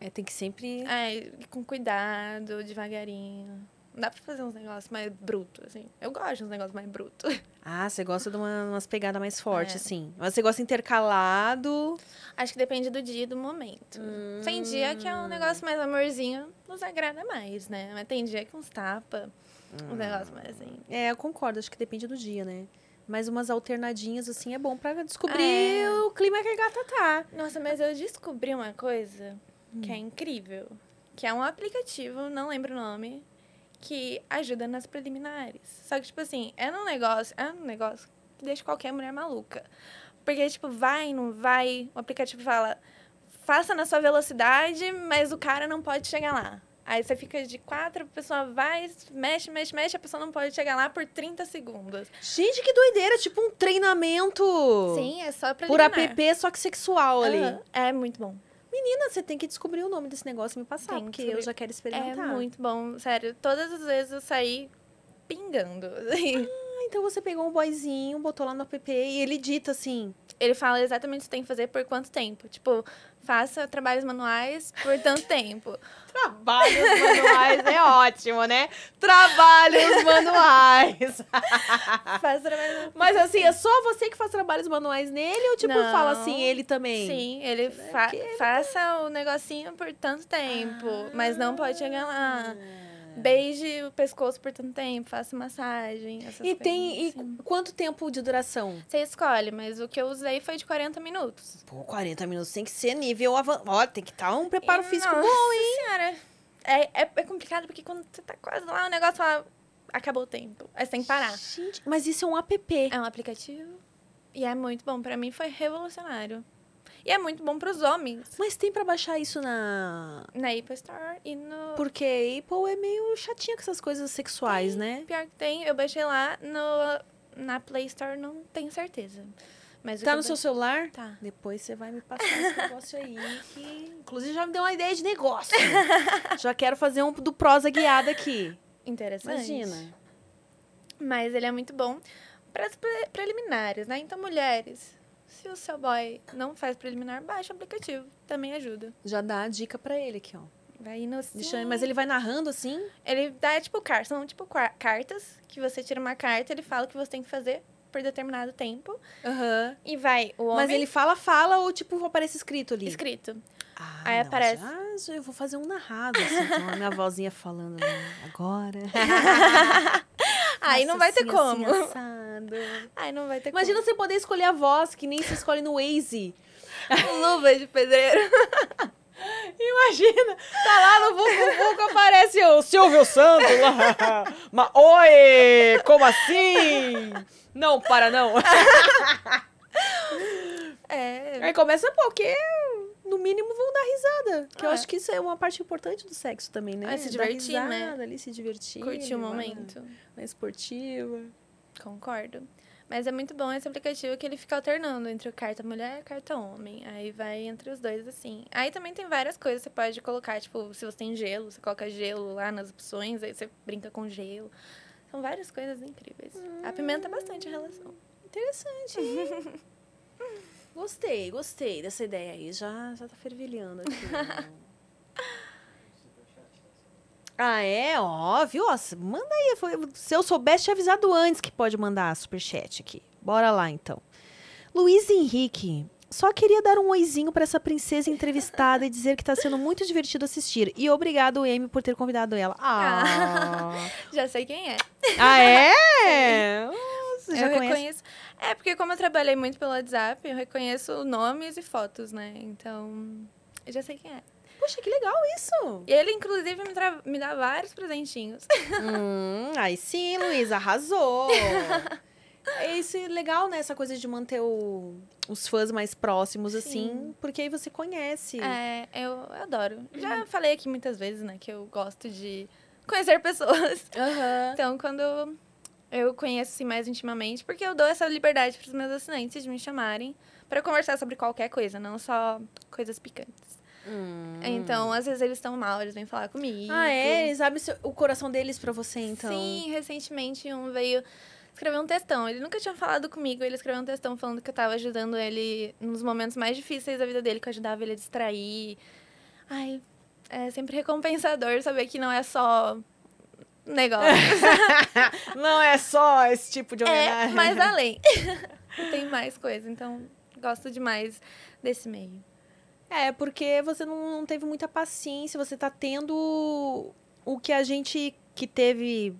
Speaker 1: É, tem que sempre...
Speaker 2: É, e com cuidado, devagarinho. Não dá pra fazer uns negócios mais brutos, assim. Eu gosto de uns negócios mais brutos. (laughs)
Speaker 1: Ah, você gosta de uma, umas pegadas mais fortes,
Speaker 2: É.
Speaker 1: assim. Mas você gosta intercalado.
Speaker 2: Acho que depende do dia e do momento. Tem dia que é um negócio mais amorzinho, nos agrada mais, né? Mas tem dia que uns tapa, uns negócios mais assim.
Speaker 1: É, eu concordo. Acho que depende do dia, né? Mas umas alternadinhas, assim, é bom pra descobrir
Speaker 2: É.
Speaker 1: o clima que a gata tá.
Speaker 2: Nossa, mas eu descobri uma coisa que
Speaker 1: Hum.
Speaker 2: é incrível. Que é um aplicativo, não lembro o nome, que ajuda nas preliminares. Só que, tipo assim, é um negócio, é um negócio que deixa qualquer mulher maluca. Porque, tipo, vai, não vai, o aplicativo fala, faça na sua velocidade, mas o cara não pode chegar lá. Aí você fica de quatro, a pessoa vai, mexe, mexe, mexe, a pessoa não pode chegar lá por 30 segundos.
Speaker 1: Gente, que doideira! Tipo um treinamento
Speaker 2: Sim, é só
Speaker 1: por
Speaker 2: preliminar.
Speaker 1: app, só que sexual ali.
Speaker 2: Aham, É muito bom.
Speaker 1: Menina, você tem que descobrir o nome desse negócio e me passar,
Speaker 2: Tem que
Speaker 1: porque eu
Speaker 2: descobrir.
Speaker 1: já quero
Speaker 2: É
Speaker 1: experimentar.
Speaker 2: muito bom, sério. Todas as vezes eu saí pingando.
Speaker 1: (laughs)
Speaker 2: assim.
Speaker 1: Ah, então você pegou um boyzinho, botou lá no app e ele dita assim.
Speaker 2: Ele fala exatamente o que você tem que fazer por quanto tempo. Tipo, faça trabalhos manuais por tanto
Speaker 1: (laughs)
Speaker 2: tempo.
Speaker 1: Trabalhos manuais é ótimo, né? Trabalhos manuais.
Speaker 2: faça trabalhos manuais.
Speaker 1: Ah. Mas assim, é só você que faz trabalhos manuais nele ou tipo
Speaker 2: Não.
Speaker 1: fala assim, ele também?
Speaker 2: Sim, ele fa-
Speaker 1: que ele
Speaker 2: faça o negocinho por tanto tempo, mas
Speaker 1: Ah.
Speaker 2: não pode chegar lá. Beije o pescoço por tanto tempo, faça massagem. Essas
Speaker 1: E
Speaker 2: coisas
Speaker 1: tem. E
Speaker 2: assim.
Speaker 1: qu- quanto tempo de duração?
Speaker 2: Você escolhe, mas o que eu usei foi de 40 minutos.
Speaker 1: Pô, 40 minutos tem que ser nível avançado. Ó, tem que estar um preparo físico bom.
Speaker 2: Nossa senhora. É, é, é complicado porque quando você tá quase lá, o negócio fala, acabou o tempo. Aí você tem que parar.
Speaker 1: Gente, mas isso é um app.
Speaker 2: É um aplicativo e é muito bom. Pra mim foi revolucionário. E é muito bom pros homens.
Speaker 1: Mas tem pra baixar isso na.
Speaker 2: Na Apple Store e no...
Speaker 1: Porque a Apple é meio chatinha com essas coisas sexuais, né?
Speaker 2: Pior que tem, eu baixei lá no... Na Play Store, não tenho certeza. Mas o
Speaker 1: Tá no
Speaker 2: que eu
Speaker 1: seu
Speaker 2: ba-
Speaker 1: celular?
Speaker 2: Tá.
Speaker 1: Depois você vai me passar (laughs) esse negócio aí, que inclusive já me deu uma ideia de (laughs) negócio. já quero fazer um do prosa guiada aqui.
Speaker 2: Interessante.
Speaker 1: Imagina.
Speaker 2: Mas ele é muito bom para as pre- preliminares, né? Então, mulheres, se o seu boy não faz preliminar, baixa o aplicativo. Também ajuda.
Speaker 1: Já dá a dica pra ele aqui, ó.
Speaker 2: Vai no
Speaker 1: Deixa ele- mas ele vai narrando assim?
Speaker 2: Ele dá, tipo, cartas. São, tipo, quar- cartas. Que você tira uma carta, ele fala o que você tem que fazer por determinado tempo.
Speaker 1: Aham.
Speaker 2: E vai o homem...
Speaker 1: Mas ele fala, fala ou tipo aparece escrito ali?
Speaker 2: Escrito.
Speaker 1: Ah,
Speaker 2: Aí
Speaker 1: não,
Speaker 2: aparece.
Speaker 1: já- já eu vou fazer um narrado, assim, com (laughs) a minha vozinha falando né, (laughs) agora.
Speaker 2: Aí não
Speaker 1: Faça
Speaker 2: vai ter
Speaker 1: assim,
Speaker 2: como.
Speaker 1: assim, assado.
Speaker 2: Aí não vai ter
Speaker 1: Imagina você poder escolher a voz, que nem se escolhe no Waze.
Speaker 2: como. Luva de pedreiro.
Speaker 1: Imagina, tá lá no (laughs) Vucu aparece o Silvio Santos (laughs) lá. Mas, oi, como assim? Não, para não.
Speaker 2: É.
Speaker 1: Aí começa porque, no mínimo, vão dar risada. Que eu
Speaker 2: É.
Speaker 1: acho que isso é uma parte importante do sexo também, né?
Speaker 2: Ah, se
Speaker 1: Dar
Speaker 2: divertir, né?
Speaker 1: risada ali, se divertir.
Speaker 2: Curti o
Speaker 1: lá
Speaker 2: momento.
Speaker 1: Na, na esportiva.
Speaker 2: Concordo. Mas é muito bom esse aplicativo que ele fica alternando entre o carta mulher e carta homem. Aí vai entre os dois, assim. Aí também tem várias coisas que você pode colocar, tipo, se você tem gelo, você coloca gelo lá nas opções, aí você brinca com gelo. São várias coisas incríveis.
Speaker 1: Hum.
Speaker 2: Apimenta bastante a relação.
Speaker 1: Interessante. hein? gostei, gostei dessa ideia aí. Já, já tá fervilhando aqui. né? (laughs) ah, é? Óbvio. Ó, se- manda aí. Foi- Se eu soubesse, tinha avisado antes que pode mandar superchat aqui. Bora lá, então. Luiz Henrique. Só queria dar um oizinho pra essa princesa entrevistada e dizer que tá sendo muito divertido assistir. E obrigado, Amy, por ter convidado ela. Ah,
Speaker 2: Já sei quem é.
Speaker 1: ah (laughs) é? Você já
Speaker 2: eu
Speaker 1: conhece?
Speaker 2: reconheço. É, porque como eu trabalhei muito pelo WhatsApp, eu reconheço nomes e fotos, né? Então, eu já sei quem é.
Speaker 1: Poxa, que legal isso!
Speaker 2: E ele, inclusive, me, tra- me dá vários presentinhos.
Speaker 1: Hum, aí sim, Luiz, arrasou. É isso é legal, né? Essa coisa de manter o- os fãs mais próximos, assim, porque aí você conhece.
Speaker 2: É, eu adoro.
Speaker 1: Uhum.
Speaker 2: Já falei aqui muitas vezes, né, que eu gosto de conhecer (laughs) pessoas.
Speaker 1: Aham.
Speaker 2: Então, quando eu conheço assim, mais intimamente, porque eu dou essa liberdade para os meus assinantes de me chamarem para conversar sobre qualquer coisa, não só coisas picantes.
Speaker 1: Hum.
Speaker 2: Então, às vezes eles estão mal, eles vêm falar comigo.
Speaker 1: Ah, é? Eles abrem seu- o coração deles pra você, então.
Speaker 2: Sim, recentemente um veio escrever um textão. Ele nunca tinha falado comigo, ele escreveu um textão falando que eu tava ajudando ele nos momentos mais difíceis da vida dele, que eu ajudava ele a distrair. Ai, é sempre recompensador saber que não é só um negócio.
Speaker 1: Não é só esse tipo de
Speaker 2: (laughs) é,
Speaker 1: homenagem.
Speaker 2: mais além. (laughs) Tem mais coisa, então gosto demais desse meio.
Speaker 1: É, porque você não, não teve muita paciência, você tá tendo o que a gente que teve.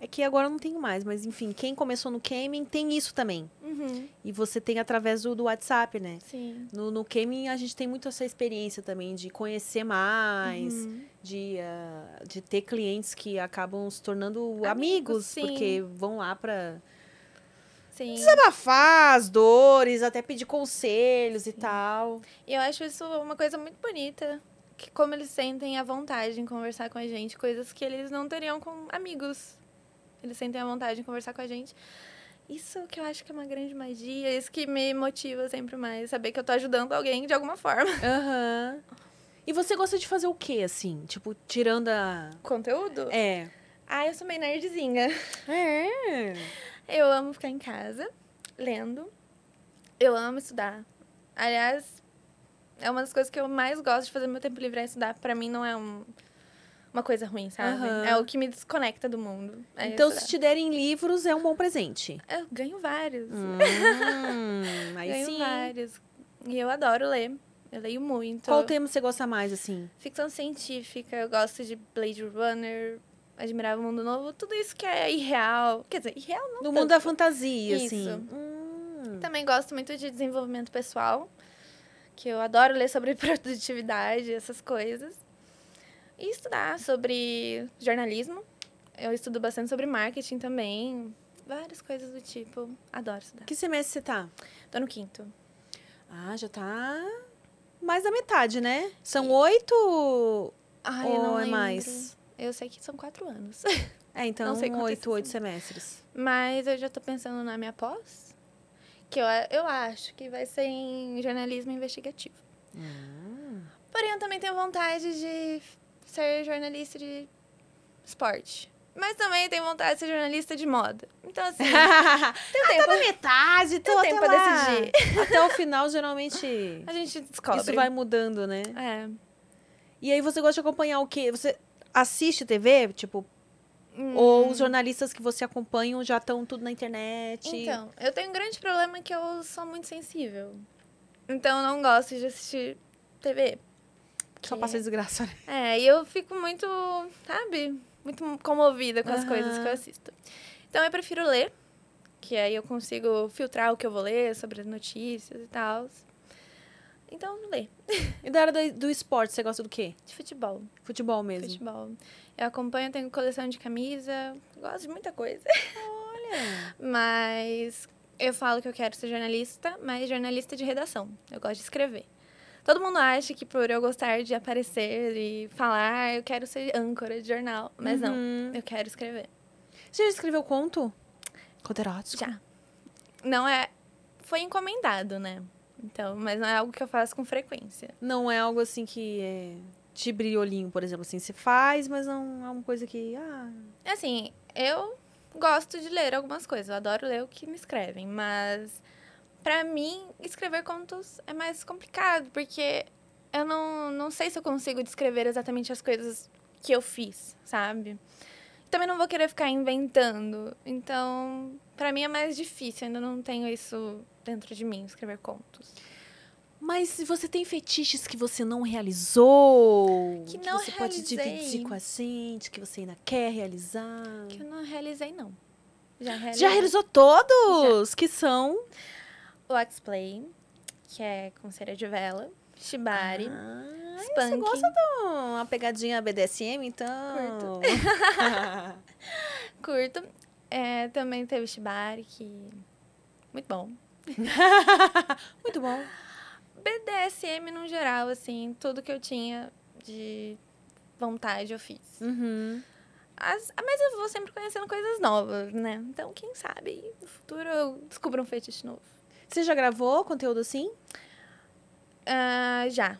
Speaker 1: É que agora eu não tenho mais, mas enfim, quem começou no gaming tem isso também.
Speaker 2: Uhum,
Speaker 1: E você tem através do, do WhatsApp, né?
Speaker 2: sim.
Speaker 1: No, no Kemin, a gente tem muito essa experiência também de conhecer mais,
Speaker 2: Uhum.
Speaker 1: de, ah, de ter clientes que acabam se tornando amigos,
Speaker 2: Amigos, sim.
Speaker 1: porque vão lá pra
Speaker 2: Sim.
Speaker 1: desabafar as dores, até pedir conselhos e tal.
Speaker 2: E eu acho isso uma coisa muito bonita. Que como eles sentem a vontade em conversar com a gente, coisas que eles não teriam com amigos. Eles sentem a vontade em conversar com a gente. Isso que eu acho que é uma grande magia, isso que me motiva sempre mais, saber que eu tô ajudando alguém de alguma forma. (laughs)
Speaker 1: Aham. E você gosta de fazer o quê, assim? Tipo, tirando a.
Speaker 2: Conteúdo?
Speaker 1: É.
Speaker 2: Ah, eu sou meio nerdzinha.
Speaker 1: É.
Speaker 2: Eu amo ficar em casa, lendo. Eu amo estudar. Aliás, é uma das coisas que eu mais gosto de fazer no meu tempo livre é estudar. Pra mim não é um- uma coisa ruim, sabe?
Speaker 1: Aham.
Speaker 2: É o que me desconecta do mundo. É
Speaker 1: Então,
Speaker 2: estudar.
Speaker 1: se te derem livros, é um bom presente.
Speaker 2: Eu ganho vários.
Speaker 1: Hum, (laughs) aí
Speaker 2: ganho
Speaker 1: sim.
Speaker 2: vários. E eu adoro ler. Eu leio muito.
Speaker 1: Qual tema você gosta mais, assim?
Speaker 2: Ficção científica, eu gosto de Blade Runner, Admirável Mundo Novo, tudo isso que é irreal. Quer dizer, irreal não
Speaker 1: No
Speaker 2: tanto.
Speaker 1: mundo da fantasia,
Speaker 2: Isso.
Speaker 1: assim. Hum.
Speaker 2: Também gosto muito de desenvolvimento pessoal, que eu adoro ler sobre (laughs) produtividade, essas coisas. E estudar sobre jornalismo. Eu estudo bastante sobre marketing também. Várias coisas do tipo. Adoro estudar.
Speaker 1: Que semestre você tá?
Speaker 2: Tô no quinto.
Speaker 1: Ah, já tá mais da metade, né? São oito
Speaker 2: Ai,
Speaker 1: ou
Speaker 2: eu não
Speaker 1: é
Speaker 2: lembro.
Speaker 1: mais?
Speaker 2: Eu sei que são quatro anos. (laughs)
Speaker 1: É, então
Speaker 2: Não sei quanto é
Speaker 1: oito,
Speaker 2: esse
Speaker 1: oito semestres.
Speaker 2: (laughs) Mas eu já tô pensando na minha pós. Que eu, eu acho que vai ser em jornalismo investigativo.
Speaker 1: Hum.
Speaker 2: Porém, eu também tenho vontade de ser jornalista de esporte. Mas também tenho vontade de ser jornalista de moda. Então,
Speaker 1: (laughs)
Speaker 2: assim, tem
Speaker 1: da
Speaker 2: tempo.
Speaker 1: Tá metade,
Speaker 2: Tem
Speaker 1: até
Speaker 2: tempo pra
Speaker 1: lá. (laughs)
Speaker 2: decidir.
Speaker 1: Até o final, geralmente,
Speaker 2: A gente descobre.
Speaker 1: isso vai mudando, né?
Speaker 2: É.
Speaker 1: E aí você gosta de acompanhar o quê? Você assiste TV, tipo,
Speaker 2: Hum.
Speaker 1: ou os jornalistas que você acompanha já estão tudo na internet?
Speaker 2: Então, eu tenho um grande problema que eu sou muito sensível. Então, eu não gosto de assistir TV.
Speaker 1: Só
Speaker 2: que-
Speaker 1: passa desgraça, né?
Speaker 2: É, e eu fico muito, sabe? Muito comovida com as
Speaker 1: Aham.
Speaker 2: coisas que eu assisto. Então eu prefiro ler, que aí eu consigo filtrar o que eu vou ler sobre as notícias e tal. Então, lê.
Speaker 1: E da área do, do esporte, você gosta do quê?
Speaker 2: De futebol.
Speaker 1: Futebol mesmo.
Speaker 2: Futebol. Eu acompanho, tenho coleção de camisa, gosto de muita coisa.
Speaker 1: Olha.
Speaker 2: (laughs) Mas eu falo que eu quero ser jornalista, mas jornalista de redação. Eu gosto de escrever. Todo mundo acha que por eu gostar de aparecer e falar, eu quero ser âncora de jornal. Mas
Speaker 1: Uhum.
Speaker 2: não, eu quero escrever.
Speaker 1: Você já escreveu conto? Conto erótico?
Speaker 2: Já. Não é. Foi encomendado, né? Então, mas não é algo que eu faço com frequência.
Speaker 1: Não é algo assim que é, te brilha o olhinho, por exemplo. Assim, você faz, mas não é uma coisa que... Ah,
Speaker 2: Assim, eu gosto de ler algumas coisas, eu adoro ler o que me escrevem, mas pra mim escrever contos é mais complicado, porque eu não, não sei se eu consigo descrever exatamente as coisas que eu fiz, sabe? Também não vou querer ficar inventando, então pra mim é mais difícil, ainda não tenho isso dentro de mim, escrever contos.
Speaker 1: Mas você tem fetiches que você não realizou?
Speaker 2: Que não
Speaker 1: você pode
Speaker 2: realizei.
Speaker 1: dividir com a gente, que você ainda quer realizar?
Speaker 2: Que eu não realizei, não. Já realizei.
Speaker 1: Já realizou todos? Que são?
Speaker 2: O Axplay, que é com cera de vela, Shibari,
Speaker 1: Ah,
Speaker 2: Spanking.
Speaker 1: hum, uma pegadinha BDSM, então.
Speaker 2: Curto. É, também teve Shibari, que. Muito bom.
Speaker 1: (laughs) Muito bom.
Speaker 2: BDSM no geral, assim, tudo que eu tinha de vontade eu fiz.
Speaker 1: Uhum.
Speaker 2: As- ah, mas eu vou sempre conhecendo coisas novas, né? Então, quem sabe aí no futuro eu descubro um fetiche novo.
Speaker 1: Você já gravou conteúdo assim?
Speaker 2: Ah, já.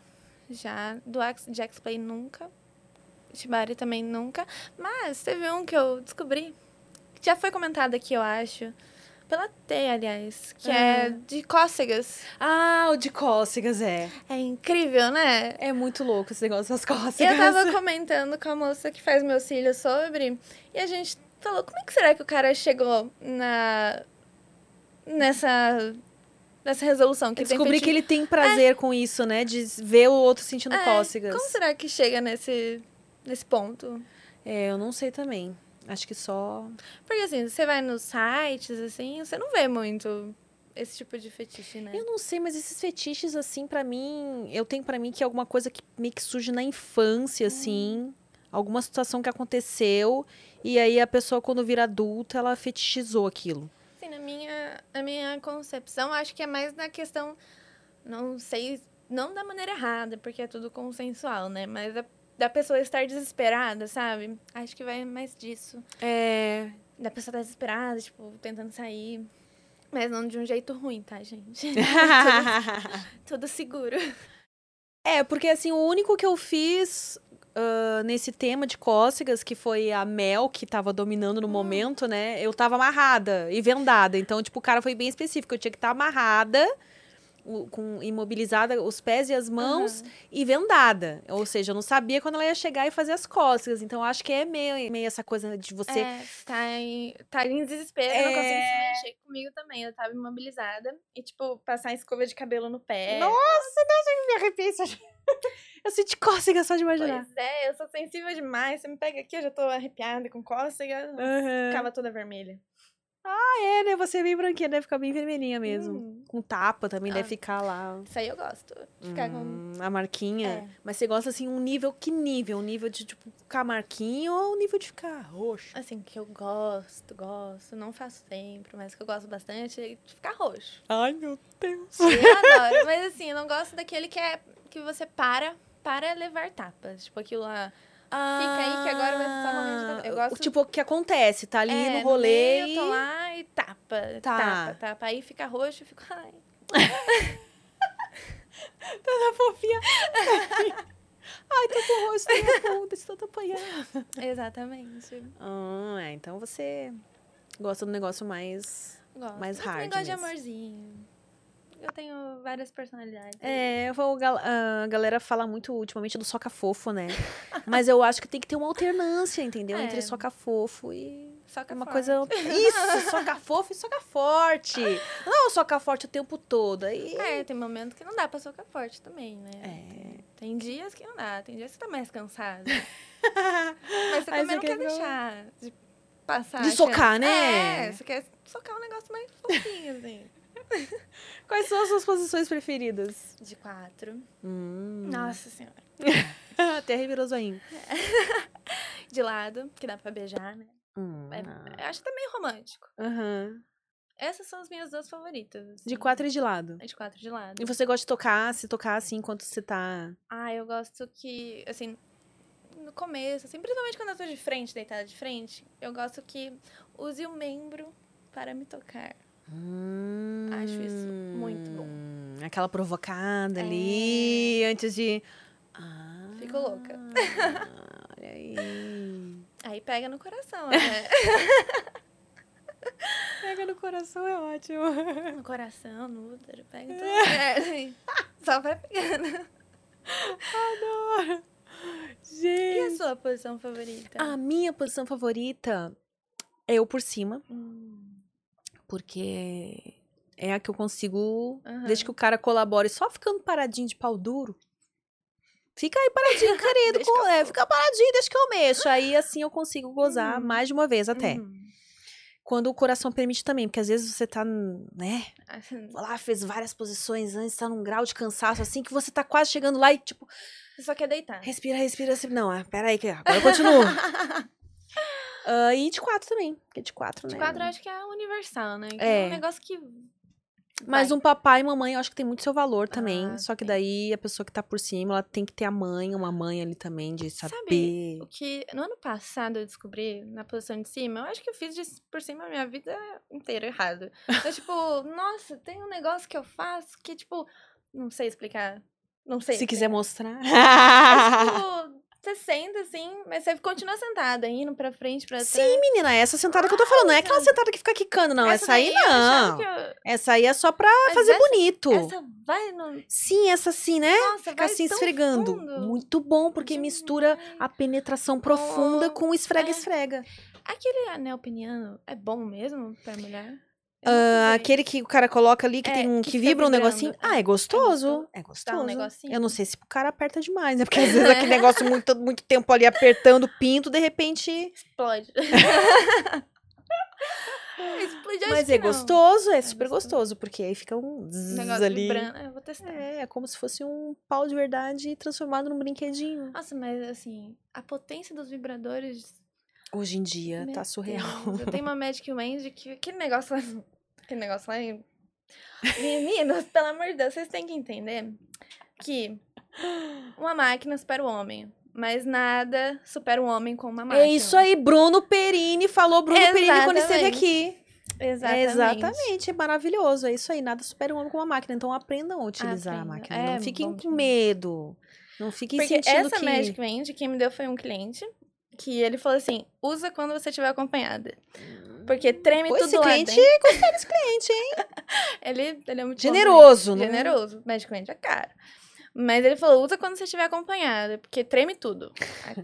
Speaker 2: Já. Do Ax, de Axplay nunca. Shibari também nunca. Mas teve um que eu descobri. que Já foi comentado aqui, eu acho. Pela T, aliás. Que é
Speaker 1: Ah.
Speaker 2: de cócegas.
Speaker 1: Ah, o de cócegas, é.
Speaker 2: É incrível, né?
Speaker 1: É muito louco esse negócio das (laughs) cócegas.
Speaker 2: Eu tava comentando com a moça que faz meus cílios sobre. E a gente falou, como é que será que o cara chegou na... Nessa... Nessa resolução que
Speaker 1: Eu
Speaker 2: ele tem
Speaker 1: Descobri
Speaker 2: feito-
Speaker 1: que ele tem prazer com isso, né? De ver o outro sentindo
Speaker 2: É,
Speaker 1: cócegas.
Speaker 2: Como será que chega nesse, nesse ponto?
Speaker 1: É, eu não sei também. Acho que só.
Speaker 2: Porque assim, você vai nos sites, assim, você não vê muito esse tipo de fetiche, né?
Speaker 1: Eu não sei, mas esses fetiches, assim, pra mim. Eu tenho pra mim que é alguma coisa que meio que surge na
Speaker 2: Hum.
Speaker 1: infância, assim. Alguma situação que aconteceu. E aí a pessoa, quando vira adulta, ela fetichizou aquilo.
Speaker 2: Assim, na minha, na minha concepção, acho que é mais na questão, não sei, não da maneira errada, porque é tudo consensual, né? Mas da, da pessoa estar desesperada, sabe? Acho que vai mais disso.
Speaker 1: É.
Speaker 2: Da pessoa estar desesperada, tipo, tentando sair. Mas não de um jeito ruim,
Speaker 1: (laughs)
Speaker 2: tá, gente? tudo seguro.
Speaker 1: é, porque assim, o único que eu fiz. ah, nesse tema de cócegas, que foi a Mel que tava dominando
Speaker 2: Hum.
Speaker 1: no momento, né? Eu tava amarrada e vendada. Então, tipo, o cara foi bem específico. Eu tinha que estar amarrada, o- com, imobilizada os pés e as mãos,
Speaker 2: Aham.
Speaker 1: e vendada. Ou seja, eu não sabia quando ela ia chegar e fazer as cócegas. Então, eu acho que é meio, meio essa coisa de você.
Speaker 2: É, tá em, tá em desespero, eu não consigo
Speaker 1: É.
Speaker 2: se mexer comigo também. Eu tava imobilizada. E, tipo, passar escova de cabelo no pé.
Speaker 1: Nossa, Deus, eu me arrepio. só de- Eu senti cócega só de imaginar.
Speaker 2: Pois é, eu sou sensível demais. Você me pega aqui, eu já tô arrepiada com cócega.
Speaker 1: Aham.
Speaker 2: Ficava toda vermelha.
Speaker 1: É, né? Você é bem branquinha, deve ficar bem vermelhinha mesmo.
Speaker 2: Hum,
Speaker 1: Com tapa também deve
Speaker 2: Ah.
Speaker 1: ficar lá.
Speaker 2: isso aí eu gosto. de Ficar com.
Speaker 1: Hum, a marquinha.
Speaker 2: É.
Speaker 1: Mas você gosta assim, um nível. Que nível? Um nível de, tipo, ficar marquinho ou um nível de ficar roxo?
Speaker 2: Assim, que eu gosto, gosto. Não faço sempre, mas que eu gosto bastante é de ficar
Speaker 1: (laughs)
Speaker 2: roxo.
Speaker 1: Ai, meu Deus.
Speaker 2: Eu adoro. Mas assim, eu não gosto daquele que é. que você para para levar tapas. Tipo, aquilo lá. aí que agora vai ser só momento da- eu
Speaker 1: o-
Speaker 2: gosto-
Speaker 1: Tipo, o que acontece? Tá ali
Speaker 2: É,
Speaker 1: no rolê.
Speaker 2: meio
Speaker 1: e-
Speaker 2: eu tô lá e tapa,
Speaker 1: Tá.
Speaker 2: tapa, tapa. Aí fica roxo, eu fico, (laughs) ai.
Speaker 1: Toda fofinha. Ai, tô com o rosto (laughs) na minha bunda, estou apanhando.
Speaker 2: Exatamente.
Speaker 1: Ah, é, então você gosta do negócio mais...
Speaker 2: Gosto.
Speaker 1: Mais
Speaker 2: eu também
Speaker 1: hard
Speaker 2: gosto de
Speaker 1: mesmo.
Speaker 2: amorzinho. Eu tenho várias personalidades.
Speaker 1: É, eu vou- gal- a galera fala muito ultimamente do soca fofo, (laughs) né? Mas eu acho que tem que ter uma alternância, entendeu?
Speaker 2: É.
Speaker 1: Entre soca fofo e...
Speaker 2: Só que
Speaker 1: Uma (laughs)
Speaker 2: fora.
Speaker 1: coisa... Isso! Soca fofo e soca forte! Não é um soca forte o tempo todo. Aí...
Speaker 2: É, tem momento que não dá pra socar forte também, né?
Speaker 1: É.
Speaker 2: Tem dias que não dá, tem dias que você tá
Speaker 1: (laughs)
Speaker 2: mais cansado. Mas você
Speaker 1: Aí
Speaker 2: também
Speaker 1: você
Speaker 2: não
Speaker 1: quer
Speaker 2: quer deixar de passar.
Speaker 1: um
Speaker 2: É,
Speaker 1: De
Speaker 2: a
Speaker 1: socar,
Speaker 2: chance.
Speaker 1: né?
Speaker 2: É, você quer socar um negócio mais fofinho, assim.
Speaker 1: Quais são as suas posições preferidas?
Speaker 2: De quatro.
Speaker 1: Hum.
Speaker 2: Nossa senhora.
Speaker 1: (laughs) Até revirou zoinho.
Speaker 2: De lado, que dá pra beijar, né?
Speaker 1: Hum.
Speaker 2: Eu acho também romântico.
Speaker 1: Aham.
Speaker 2: Essas são as minhas duas favoritas. assim.
Speaker 1: De quatro e de lado.
Speaker 2: De quatro de lado.
Speaker 1: E você gosta de tocar, se tocar assim enquanto você tá.
Speaker 2: Ah, eu gosto que, assim, no começo, assim, principalmente quando eu tô de frente, deitada de frente, eu gosto que use o membro para me tocar. Acho isso muito bom.
Speaker 1: Hum, Aquela provocada
Speaker 2: É.
Speaker 1: ali, antes de. Ah,
Speaker 2: Fico louca. (laughs)
Speaker 1: Olha aí.
Speaker 2: Aí pega no coração, né?
Speaker 1: (laughs) Pega no coração, é ótimo.
Speaker 2: no coração, no útero,
Speaker 1: (laughs)
Speaker 2: pega em todo lugar, assim. Só vai pegando. E
Speaker 1: Gente. Ah,
Speaker 2: a sua posição favorita?
Speaker 1: A minha posição favorita é eu por cima,
Speaker 2: Hum,
Speaker 1: porque é a que eu consigo.
Speaker 2: Aham.
Speaker 1: Desde que o cara colabore, só ficando paradinho de pau duro. Fica aí
Speaker 2: (laughs)
Speaker 1: paradinho, querido.
Speaker 2: Deixa
Speaker 1: co- é, fica paradinho, deixa que eu mexo. Aí assim eu consigo gozar
Speaker 2: Uhum.
Speaker 1: mais de uma vez até.
Speaker 2: hum.
Speaker 1: Quando o coração permite também, porque às vezes você tá, né?
Speaker 2: Assim,
Speaker 1: Vou lá, fez várias posições antes, tá num grau de cansaço assim, que você tá quase chegando lá e, tipo,
Speaker 2: Você só quer deitar.
Speaker 1: respira, respira, respira. Não, ah, peraí, que agora eu
Speaker 2: (laughs)
Speaker 1: continuo. Ah, e de quatro também, porque de quatro,
Speaker 2: De
Speaker 1: né?
Speaker 2: quadro eu acho que é universal, né? Que
Speaker 1: É.
Speaker 2: é um negócio que.
Speaker 1: Mas
Speaker 2: vai.
Speaker 1: um papai e mamãe eu acho que tem muito seu valor também.
Speaker 2: Ah,
Speaker 1: só que
Speaker 2: tem.
Speaker 1: daí a pessoa que tá por cima, ela tem que ter a mãe, uma mãe ali também, de
Speaker 2: Sabe,
Speaker 1: saber.
Speaker 2: O que no ano passado eu descobri na posição de cima, eu acho que eu fiz de- por cima a minha vida inteira errado.
Speaker 1: (laughs)
Speaker 2: Então, tipo, nossa, tem um negócio que eu faço que, tipo, não sei explicar. Não sei.
Speaker 1: Se quiser mostrar. É,
Speaker 2: explicar. Tipo, você senta assim, mas você continua sentada, indo pra frente, pra trás.
Speaker 1: Sim, menina, é essa sentada que eu tô falando. Não é aquela sentada que fica quicando, não. Essa, aí
Speaker 2: Ah, então. daí eu achava
Speaker 1: não.
Speaker 2: que eu-
Speaker 1: Essa aí é só pra
Speaker 2: mas
Speaker 1: fazer
Speaker 2: essa-
Speaker 1: bonito.
Speaker 2: Essa vai no.
Speaker 1: Sim, essa sim, né?
Speaker 2: Nossa,
Speaker 1: Ficar
Speaker 2: vai
Speaker 1: assim
Speaker 2: tão
Speaker 1: esfregando.
Speaker 2: fundo.
Speaker 1: Muito bom, porque mistura a penetração
Speaker 2: Oh,
Speaker 1: profunda com o esfrega-esfrega.
Speaker 2: Aquele anel peniano é bom mesmo pra mulher? Eu nunca
Speaker 1: Ah,
Speaker 2: usei.
Speaker 1: aquele que o cara coloca ali, que,
Speaker 2: É,
Speaker 1: tem um,
Speaker 2: que
Speaker 1: que,
Speaker 2: fica
Speaker 1: vibra um
Speaker 2: vibrando.
Speaker 1: negocinho. Ah, é gostoso.
Speaker 2: gostoso.
Speaker 1: É
Speaker 2: Dá
Speaker 1: gostoso.
Speaker 2: um negocinho.
Speaker 1: Eu não sei se o cara aperta demais, né? Porque
Speaker 2: (laughs)
Speaker 1: às vezes aquele negócio muito, muito tempo ali apertando o pinto, de repente.
Speaker 2: (laughs) Explode. Explode, eu acho
Speaker 1: Mas
Speaker 2: que
Speaker 1: é
Speaker 2: não.
Speaker 1: gostoso, é, super
Speaker 2: gostoso.
Speaker 1: gostoso. porque aí fica um
Speaker 2: Um
Speaker 1: zzz
Speaker 2: negócio
Speaker 1: ali.
Speaker 2: vibrando. Ah, Eu vou testar.
Speaker 1: É, é como se fosse um pau de verdade transformado num brinquedinho.
Speaker 2: Nossa, mas assim, a potência dos vibradores.
Speaker 1: Hoje em dia
Speaker 2: meu
Speaker 1: tá surreal.
Speaker 2: Deus. Eu tenho uma Magic Wand que. Aquele negócio lá. (laughs) Aquele negócio
Speaker 1: (laughs)
Speaker 2: lá. é- Meninos, pelo amor de Deus, vocês têm que entender que uma máquina supera o homem. Mas nada supera o homem com uma máquina.
Speaker 1: É isso aí, Bruno Perini falou Bruno Perini quando esteve
Speaker 2: Exatamente.
Speaker 1: aqui.
Speaker 2: Exatamente.
Speaker 1: É, Exatamente, é maravilhoso. É isso aí, nada supera um homem com uma máquina. Então aprendam a utilizar
Speaker 2: Aprenda.
Speaker 1: a máquina.
Speaker 2: É,
Speaker 1: não fiquem
Speaker 2: bom
Speaker 1: com
Speaker 2: demais.
Speaker 1: medo. Não fiquem
Speaker 2: Porque
Speaker 1: sentindo
Speaker 2: essa
Speaker 1: que.
Speaker 2: Magic Band, quem me deu foi um cliente, que ele falou assim, usa quando você estiver acompanhada. Porque treme
Speaker 1: Pô,
Speaker 2: tudo
Speaker 1: esse
Speaker 2: lá
Speaker 1: cliente,
Speaker 2: dentro.
Speaker 1: gostei desse cliente, hein?
Speaker 2: Ele, ele é muito bom, né?
Speaker 1: Generoso, né?
Speaker 2: Generoso. Magic Band é caro. Mas ele falou, usa quando você estiver acompanhada, porque treme tudo. Aí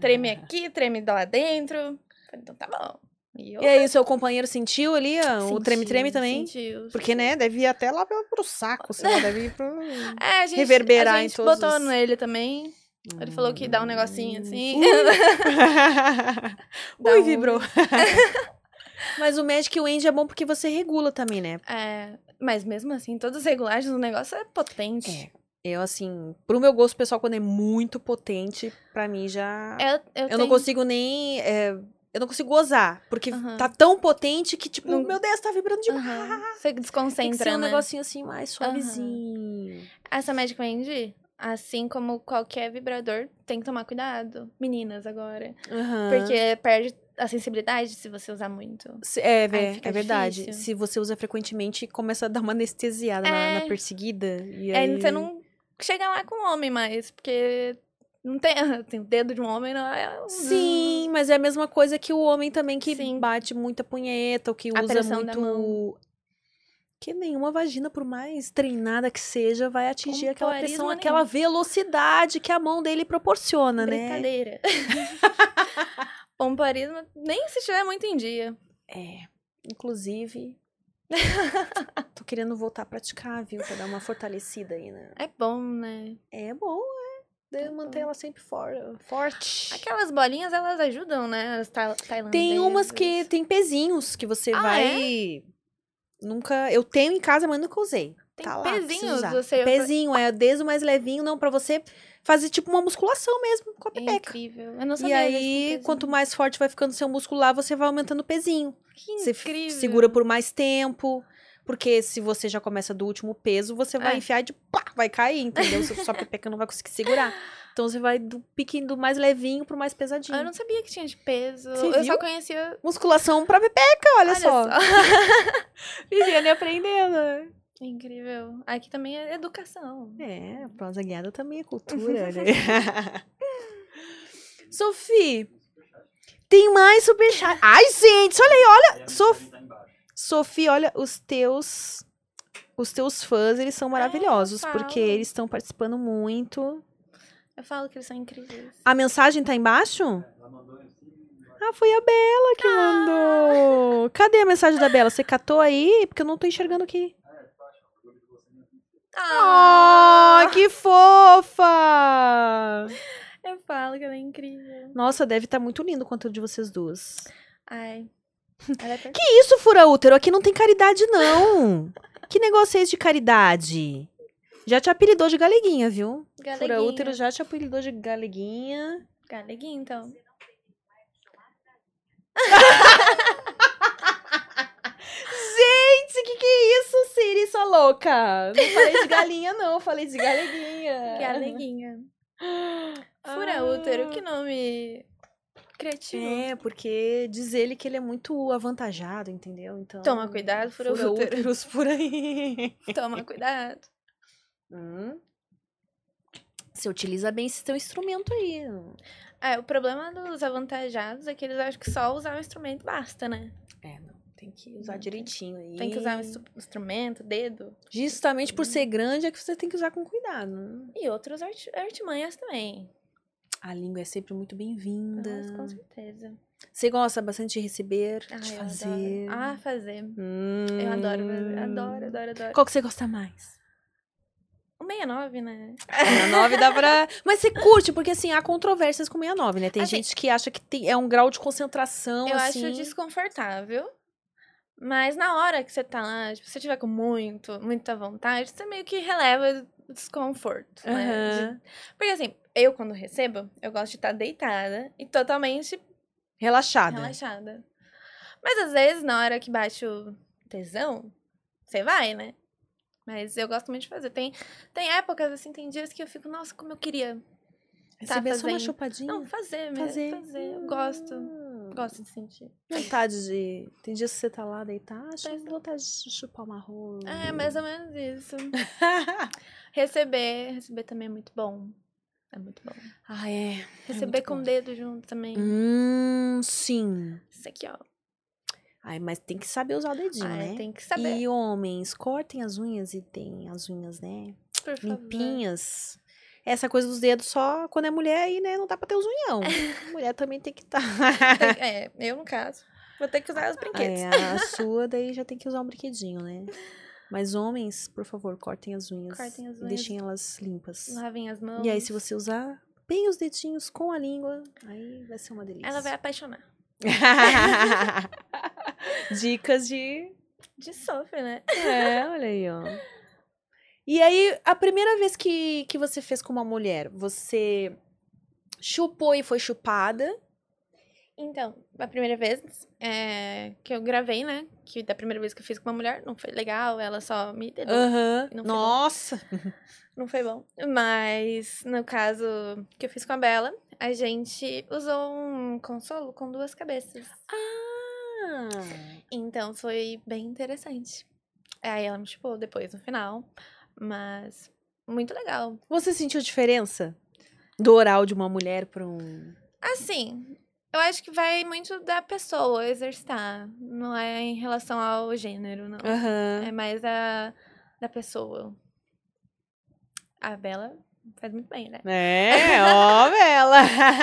Speaker 1: (laughs)
Speaker 2: Treme aqui, treme lá dentro. Eu Falei, então tá bom. E eu...
Speaker 1: E aí, o seu companheiro sentiu ali ó, o
Speaker 2: senti,
Speaker 1: treme-treme também?
Speaker 2: senti,
Speaker 1: Porque, né, deve ir até lá pro pro saco, sei lá, deve ir pro...
Speaker 2: É, a gente,
Speaker 1: reverberar
Speaker 2: a
Speaker 1: em
Speaker 2: gente
Speaker 1: todos
Speaker 2: botou
Speaker 1: os-
Speaker 2: nele também. Ele falou que dá um negocinho assim.
Speaker 1: Hum.
Speaker 2: Dá
Speaker 1: Ui,
Speaker 2: um-
Speaker 1: vibrou. Mas o Magic Wand é bom porque você regula também, né?
Speaker 2: (laughs) É, mas mesmo assim, todas as regulagens, o negócio é potente.
Speaker 1: É. Eu, assim, pro meu gosto pessoal, quando é muito potente, pra mim já.
Speaker 2: Eu, É, eu,
Speaker 1: eu não
Speaker 2: tenho-
Speaker 1: consigo nem. é, eu não consigo gozar. Porque
Speaker 2: Aham.
Speaker 1: tá tão potente que, tipo,
Speaker 2: Não-
Speaker 1: meu Deus, tá vibrando demais. (laughs)
Speaker 2: Aham. Você
Speaker 1: Tem que
Speaker 2: desconcentra,
Speaker 1: ser um
Speaker 2: né?
Speaker 1: negocinho assim mais suavezinho.
Speaker 2: Essa Magic Wand, assim como qualquer vibrador, tem que tomar cuidado. Meninas, agora.
Speaker 1: Aham.
Speaker 2: Porque perde a sensibilidade se você usar muito.
Speaker 1: Se- É,
Speaker 2: Aí
Speaker 1: vé,
Speaker 2: fica
Speaker 1: é verdade.
Speaker 2: difícil.
Speaker 1: Se você usa frequentemente, começa a dar uma anestesiada na, na
Speaker 2: É.
Speaker 1: perseguida. E
Speaker 2: Aí
Speaker 1: aí...
Speaker 2: É, você não chega lá com o homem mais, porque não tem, (laughs) tem o dedo de um homem, não é? um-
Speaker 1: Sim, mas é a mesma coisa que o homem também que
Speaker 2: Sim.
Speaker 1: bate muita punheta, ou que
Speaker 2: A
Speaker 1: usa
Speaker 2: pressão da
Speaker 1: muito. Que nenhuma vagina, por mais treinada que seja, vai atingir aquela
Speaker 2: poerismo
Speaker 1: pressão,
Speaker 2: nenhum.
Speaker 1: aquela velocidade que a mão dele proporciona, né? (laughs)
Speaker 2: Brincadeira. Pomparismo, nem se estiver muito em dia.
Speaker 1: É. Inclusive.
Speaker 2: (laughs)
Speaker 1: tô querendo voltar a praticar, viu? Pra dar uma fortalecida aí, né?
Speaker 2: É bom, né?
Speaker 1: É bom, é. Deve
Speaker 2: Tá
Speaker 1: manter
Speaker 2: bom.
Speaker 1: ela sempre for, forte.
Speaker 2: Aquelas bolinhas, elas ajudam, né? As ta- tailandesas.
Speaker 1: Ah, é? Tem umas que tem pezinhos que você
Speaker 2: Ah,
Speaker 1: vai. Nunca. Eu tenho em casa, mas nunca usei.
Speaker 2: Tem
Speaker 1: tá lá, preciso
Speaker 2: pezinhos
Speaker 1: usar.
Speaker 2: do seu.
Speaker 1: Pezinho, é desde o mais levinho, não, pra você fazer tipo uma musculação mesmo com a
Speaker 2: É
Speaker 1: pepeca.
Speaker 2: incrível. Eu não
Speaker 1: e
Speaker 2: sabia
Speaker 1: aí,
Speaker 2: desse
Speaker 1: quanto mais forte vai ficando seu músculo lá, você vai aumentando o pezinho.
Speaker 2: Que
Speaker 1: Você f-
Speaker 2: incrível.
Speaker 1: segura por mais tempo. Porque se você já começa do último peso, você vai
Speaker 2: É.
Speaker 1: enfiar e de pá, vai cair, entendeu? Sua sua pepeca não vai conseguir segurar. Então você vai do piquinho do mais levinho pro mais pesadinho.
Speaker 2: Eu não sabia que tinha de peso.
Speaker 1: Você
Speaker 2: eu
Speaker 1: viu?
Speaker 2: só conhecia.
Speaker 1: Musculação pra pepeca, olha, só. Viviane aprendendo. né?
Speaker 2: (laughs) incrível. Aqui também é educação.
Speaker 1: É, prosa guiada também é cultura, né? Sophie, tem mais superchat. Ai, gente, olha aí, olha. Sof... Sophie, olha, os teus. Os teus fãs, eles são maravilhosos,
Speaker 2: falo.
Speaker 1: porque eles estão participando muito.
Speaker 2: Eu falo que eles são incríveis.
Speaker 1: A mensagem tá embaixo? Ah, foi a Bela que mandou. Cadê a mensagem da Bela? Você catou aí? Porque eu não tô enxergando aqui. Ah, que fofa!
Speaker 2: Eu falo que ela é incrível.
Speaker 1: Nossa, deve estar muito lindo o conteúdo de vocês duas.
Speaker 2: Ai. Ela
Speaker 1: (laughs)
Speaker 2: é perfeita.
Speaker 1: Que isso, fura útero? Aqui não tem caridade, não. (laughs) que negócio é esse de caridade? Já te apelidou de galeguinha, viu? Fura útero já te apelidou de galeguinha.
Speaker 2: Galeguinha, então.
Speaker 1: Gente, que que é isso, Siri, sua louca? Não falei de galinha, não. Falei de galeguinha.
Speaker 2: Galeguinha.
Speaker 1: Ah.
Speaker 2: Fura útero, que nome
Speaker 1: (laughs)
Speaker 2: criativo.
Speaker 1: É, porque diz ele que ele é muito avantajado, entendeu? Então,
Speaker 2: Toma cuidado, fura
Speaker 1: fura
Speaker 2: útero.
Speaker 1: úteros por aí.
Speaker 2: Toma cuidado.
Speaker 1: Hum. Você utiliza bem esse teu instrumento aí.
Speaker 2: É, o problema dos avantajados é que eles acham que só usar o instrumento basta, né?
Speaker 1: É, não. Tem um que
Speaker 2: usar
Speaker 1: direitinho aí.
Speaker 2: Tem que usar o instru- instrumento, dedo.
Speaker 1: Justamente por
Speaker 2: Uhum.
Speaker 1: ser grande é que você tem que usar com cuidado. né?
Speaker 2: E outros art- artimanhas também.
Speaker 1: A língua é sempre muito
Speaker 2: Nossa,
Speaker 1: bem-vinda.
Speaker 2: Ah, com certeza.
Speaker 1: Você gosta bastante de receber,
Speaker 2: Ah,
Speaker 1: de
Speaker 2: eu
Speaker 1: fazer.
Speaker 2: adoro. Ah, fazer.
Speaker 1: Hum.
Speaker 2: Eu adoro, fazer. adoro, adoro, adoro.
Speaker 1: Qual que você gosta mais?
Speaker 2: O 69, né?
Speaker 1: 69 dá
Speaker 2: (laughs)
Speaker 1: pra. Mas você curte, porque assim, há controvérsias com 69, né? Tem
Speaker 2: Assim,
Speaker 1: gente que acha que tem- é um grau de concentração.
Speaker 2: eu
Speaker 1: assim.
Speaker 2: acho desconfortável. Mas na hora que você tá lá, tipo, se você tiver com muito, muita vontade, você meio que releva o desconforto, né?
Speaker 1: Aham.
Speaker 2: De- Porque assim, eu quando recebo, eu gosto de estar deitada e totalmente
Speaker 1: Relaxada.
Speaker 2: relaxada. Mas às vezes, na hora que bate o tesão, você vai, né? Mas eu gosto muito de fazer. Tem, tem épocas, assim, tem dias que eu fico, nossa, como eu queria.
Speaker 1: Receber só uma
Speaker 2: tá fazendo.
Speaker 1: chupadinha.
Speaker 2: Não, fazer mesmo.
Speaker 1: fazer.
Speaker 2: Fazer. Eu gosto.
Speaker 1: Hum.
Speaker 2: Gosto de sentir.
Speaker 1: Vontade de. Tem dias que você tá lá deitar, acho
Speaker 2: Pois
Speaker 1: que vontade de chupar uma rola.
Speaker 2: É, mais ou
Speaker 1: (laughs)
Speaker 2: menos isso. Receber, receber também é muito bom. É muito bom.
Speaker 1: ah, é.
Speaker 2: Receber
Speaker 1: muito
Speaker 2: com
Speaker 1: bom.
Speaker 2: o dedo junto também.
Speaker 1: Hum, sim.
Speaker 2: Isso aqui, ó.
Speaker 1: Ai, mas tem que saber usar o dedinho,
Speaker 2: Ah,
Speaker 1: né?
Speaker 2: Tem que saber,
Speaker 1: E homens, cortem as unhas e tem as unhas, né?
Speaker 2: por favor.
Speaker 1: Limpinhas. Essa coisa dos dedos só quando é mulher aí, né? Não dá pra ter os
Speaker 2: (laughs)
Speaker 1: unhão. mulher também tem que tá estar.
Speaker 2: Tem- É, eu no caso. Vou ter que usar
Speaker 1: (laughs)
Speaker 2: os brinquedos.
Speaker 1: É, a sua daí já tem que usar um brinquedinho, né? Mas homens, por favor, cortem as unhas.
Speaker 2: Cortem as
Speaker 1: e
Speaker 2: unhas.
Speaker 1: Deixem elas limpas.
Speaker 2: Lavem as mãos.
Speaker 1: E aí, se você usar bem os dedinhos com a língua, aí vai ser uma delícia.
Speaker 2: Ela vai apaixonar.
Speaker 1: Dicas de.
Speaker 2: De sofre, né?
Speaker 1: É, olha aí, ó. E aí, a primeira vez que, que você fez com uma mulher, você chupou e foi chupada.
Speaker 2: Então, a primeira vez é, que eu gravei, né? Que da primeira vez que eu fiz com uma mulher, não foi legal, ela só me dedou.
Speaker 1: Aham.
Speaker 2: E não foi bom.
Speaker 1: Nossa!
Speaker 2: Não foi bom. Mas no caso que eu fiz com a Bela, a gente usou um consolo com duas cabeças.
Speaker 1: Ah.
Speaker 2: Então foi bem interessante. Aí ela me chupou depois no final. Mas muito legal.
Speaker 1: Você sentiu diferença do oral de uma mulher pra um.
Speaker 2: Assim, eu acho que vai muito da pessoa exercitar. Não é em relação ao gênero, não.
Speaker 1: Aham.
Speaker 2: É mais a da pessoa. A Bela faz muito
Speaker 1: (laughs)
Speaker 2: bem, né?
Speaker 1: É, ó, Bela! (laughs)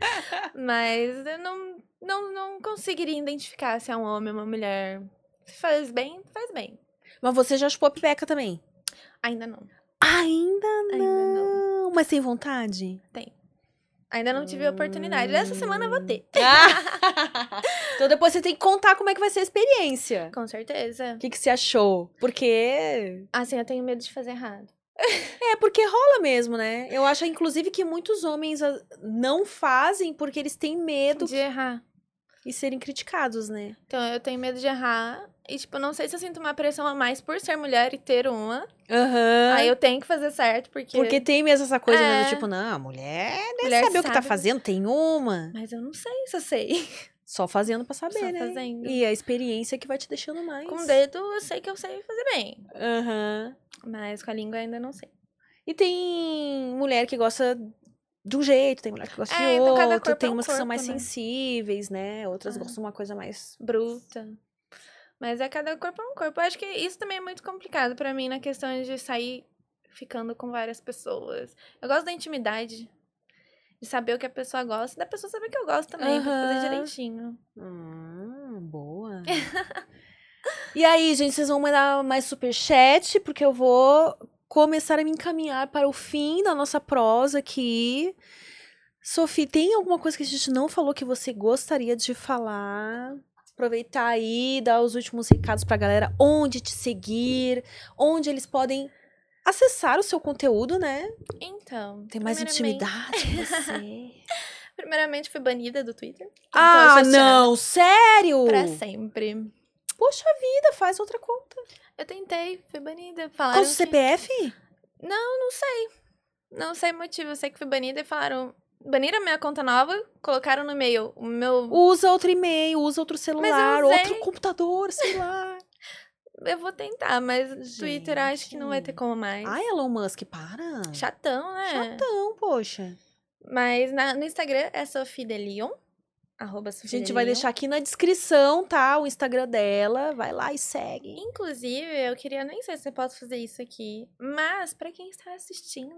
Speaker 1: Ah.
Speaker 2: Mas eu não, não, não conseguiria identificar se é um homem ou uma mulher. Se faz bem, faz bem.
Speaker 1: Mas você já chupou a pipeca também?
Speaker 2: Ainda não.
Speaker 1: Ainda
Speaker 2: Ainda não.
Speaker 1: Não, mas tem vontade?
Speaker 2: Tem. Ainda não tive a oportunidade. Essa semana eu vou ter.
Speaker 1: Ah! então depois você tem que contar como é que vai ser a experiência.
Speaker 2: Com certeza.
Speaker 1: O que, que você achou? Porque.
Speaker 2: Assim, eu tenho medo de fazer errado.
Speaker 1: É, porque rola mesmo, né? Eu acho, inclusive, que muitos homens ah, não fazem porque eles têm medo
Speaker 2: De errar.
Speaker 1: e serem criticados, né?
Speaker 2: Então, eu tenho medo de errar. E, tipo, não sei se eu sinto uma pressão a mais por ser mulher e ter uma.
Speaker 1: Aham.
Speaker 2: Aí eu tenho que fazer certo, porque.
Speaker 1: Porque tem mesmo essa coisa, né? Do
Speaker 2: É.
Speaker 1: tipo, não, a mulher deve
Speaker 2: Mulher
Speaker 1: saber o que tá
Speaker 2: sabe.
Speaker 1: fazendo, tem uma.
Speaker 2: Mas eu não sei se eu sei.
Speaker 1: Só fazendo pra saber,
Speaker 2: Só
Speaker 1: né?
Speaker 2: fazendo.
Speaker 1: E a experiência que vai te deixando mais.
Speaker 2: Com o dedo, eu sei que eu sei fazer bem.
Speaker 1: Aham.
Speaker 2: Mas com a língua, eu ainda não sei.
Speaker 1: E tem mulher que gosta de um jeito, tem mulher que gosta
Speaker 2: É,
Speaker 1: de
Speaker 2: então
Speaker 1: outro,
Speaker 2: cada corpo é
Speaker 1: tem
Speaker 2: um
Speaker 1: umas que são
Speaker 2: corpo,
Speaker 1: mais
Speaker 2: né?
Speaker 1: sensíveis, né? Outras
Speaker 2: Ah.
Speaker 1: gostam de uma coisa mais.
Speaker 2: bruta. Mas é cada corpo é um corpo. Eu acho que isso também é muito complicado pra mim na questão de sair ficando com várias pessoas. Eu gosto da intimidade. De saber o que a pessoa gosta, da pessoa saber que eu gosto também, pra fazer
Speaker 1: Aham.
Speaker 2: direitinho. Ah,
Speaker 1: Hum, boa. (laughs) e aí, gente, vocês vão mandar mais superchat, porque eu vou começar a me encaminhar para o fim da nossa prosa aqui. Sophie, tem alguma coisa que a gente não falou que você gostaria de falar? Aproveitar aí, dar os últimos recados pra galera, onde te seguir, onde eles podem acessar o seu conteúdo, né?
Speaker 2: Então.
Speaker 1: Ter mais
Speaker 2: primeiramente-
Speaker 1: intimidade com você.
Speaker 2: Primeiramente, fui banida do Twitter. (laughs) Então, eu
Speaker 1: ah,
Speaker 2: sou tirada
Speaker 1: não, sério?
Speaker 2: Pra sempre.
Speaker 1: Poxa vida, faz outra conta.
Speaker 2: Eu tentei, fui banida. Falaram.
Speaker 1: Com o
Speaker 2: que-
Speaker 1: CPF?
Speaker 2: Não sei motivo, eu sei que fui banida e falaram. Baniram minha conta nova, colocaram no e-mail o meu (laughs)
Speaker 1: Usa outro e-mail, usa outro celular,
Speaker 2: usei.
Speaker 1: outro computador, sei lá.
Speaker 2: Eu vou tentar, mas Twitter eu acho que não vai
Speaker 1: Gente.
Speaker 2: ter como mais.
Speaker 1: Ai, Elon Musk, para.
Speaker 2: Chatão, né?
Speaker 1: Chatão, poxa.
Speaker 2: Mas na- no Instagram é Sophie de Leon. Arroba
Speaker 1: A
Speaker 2: Sophie
Speaker 1: gente
Speaker 2: de
Speaker 1: vai
Speaker 2: Leon.
Speaker 1: deixar aqui na descrição, tá? O Instagram dela. Vai lá e segue.
Speaker 2: Inclusive, eu queria, nem sei se eu posso fazer isso aqui, mas pra quem está assistindo,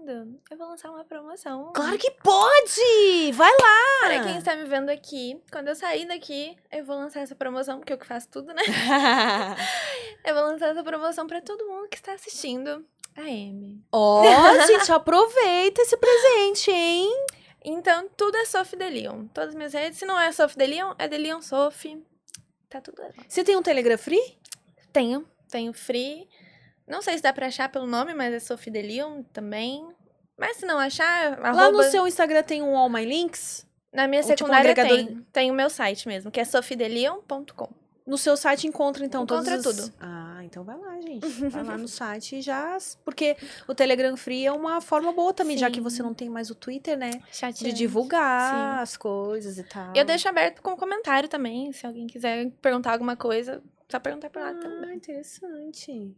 Speaker 2: eu vou lançar uma promoção.
Speaker 1: Claro que pode! Vai lá!
Speaker 2: Pra quem está me vendo aqui, quando eu sair daqui, eu vou lançar essa promoção, porque eu que faço tudo, né? Eu vou lançar essa promoção pra todo mundo que está assistindo a M.
Speaker 1: Ó, gente, aproveita esse presente, hein?
Speaker 2: Então, tudo é Sophie de Leon. Todas as minhas redes, se não é Sophie de Leon, é de Leon Sophie. Tá tudo lá.
Speaker 1: Você tem um Telegram Free?
Speaker 2: Tenho. Tenho Free. Não sei se dá pra achar pelo nome, mas é Sophie de Leon também. Mas se não achar,
Speaker 1: Lá no
Speaker 2: arroba-
Speaker 1: seu Instagram tem um All My Links?
Speaker 2: na minha
Speaker 1: ou tipo um
Speaker 2: secundária
Speaker 1: agregador
Speaker 2: tem. Tem o meu site mesmo, que é sophiedeleon.com.
Speaker 1: No seu site encontra, então,
Speaker 2: Encontra
Speaker 1: todos os-
Speaker 2: tudo.
Speaker 1: Ah, então vai lá, (laughs) gente. Vai lá no site e já... Porque o Telegram Free é uma forma boa também, já que
Speaker 2: Sim.
Speaker 1: você não tem mais o Twitter, né? De
Speaker 2: Chatinho.
Speaker 1: divulgar
Speaker 2: Sim.
Speaker 1: as coisas e tal.
Speaker 2: Eu deixo aberto com comentário também, se alguém quiser perguntar alguma coisa, só perguntar por lá também.
Speaker 1: Ah, interessante.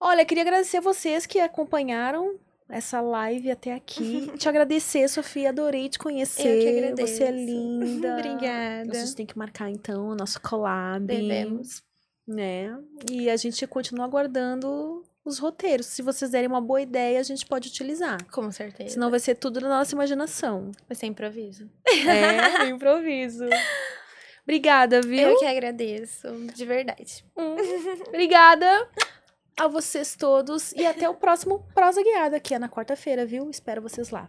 Speaker 1: Olha, queria agradecer vocês que acompanharam essa live até (laughs) aqui. te agradecer, Sofia. Adorei te conhecer. Você é
Speaker 2: agradeço.
Speaker 1: linda.
Speaker 2: (laughs) Obrigada.
Speaker 1: A gente tem que marcar, então, a nossa collab.
Speaker 2: Devemos.
Speaker 1: né? E a gente continua aguardando os roteiros. Se vocês derem uma boa ideia, a gente pode utilizar.
Speaker 2: Com certeza.
Speaker 1: Senão vai ser tudo na nossa imaginação.
Speaker 2: Vai ser improviso.
Speaker 1: É, no improviso. Obrigada, viu?
Speaker 2: Eu que agradeço, de verdade.
Speaker 1: Obrigada a vocês todos. E até o próximo Prosa Guiada, que é na quarta-feira, viu? Espero vocês lá.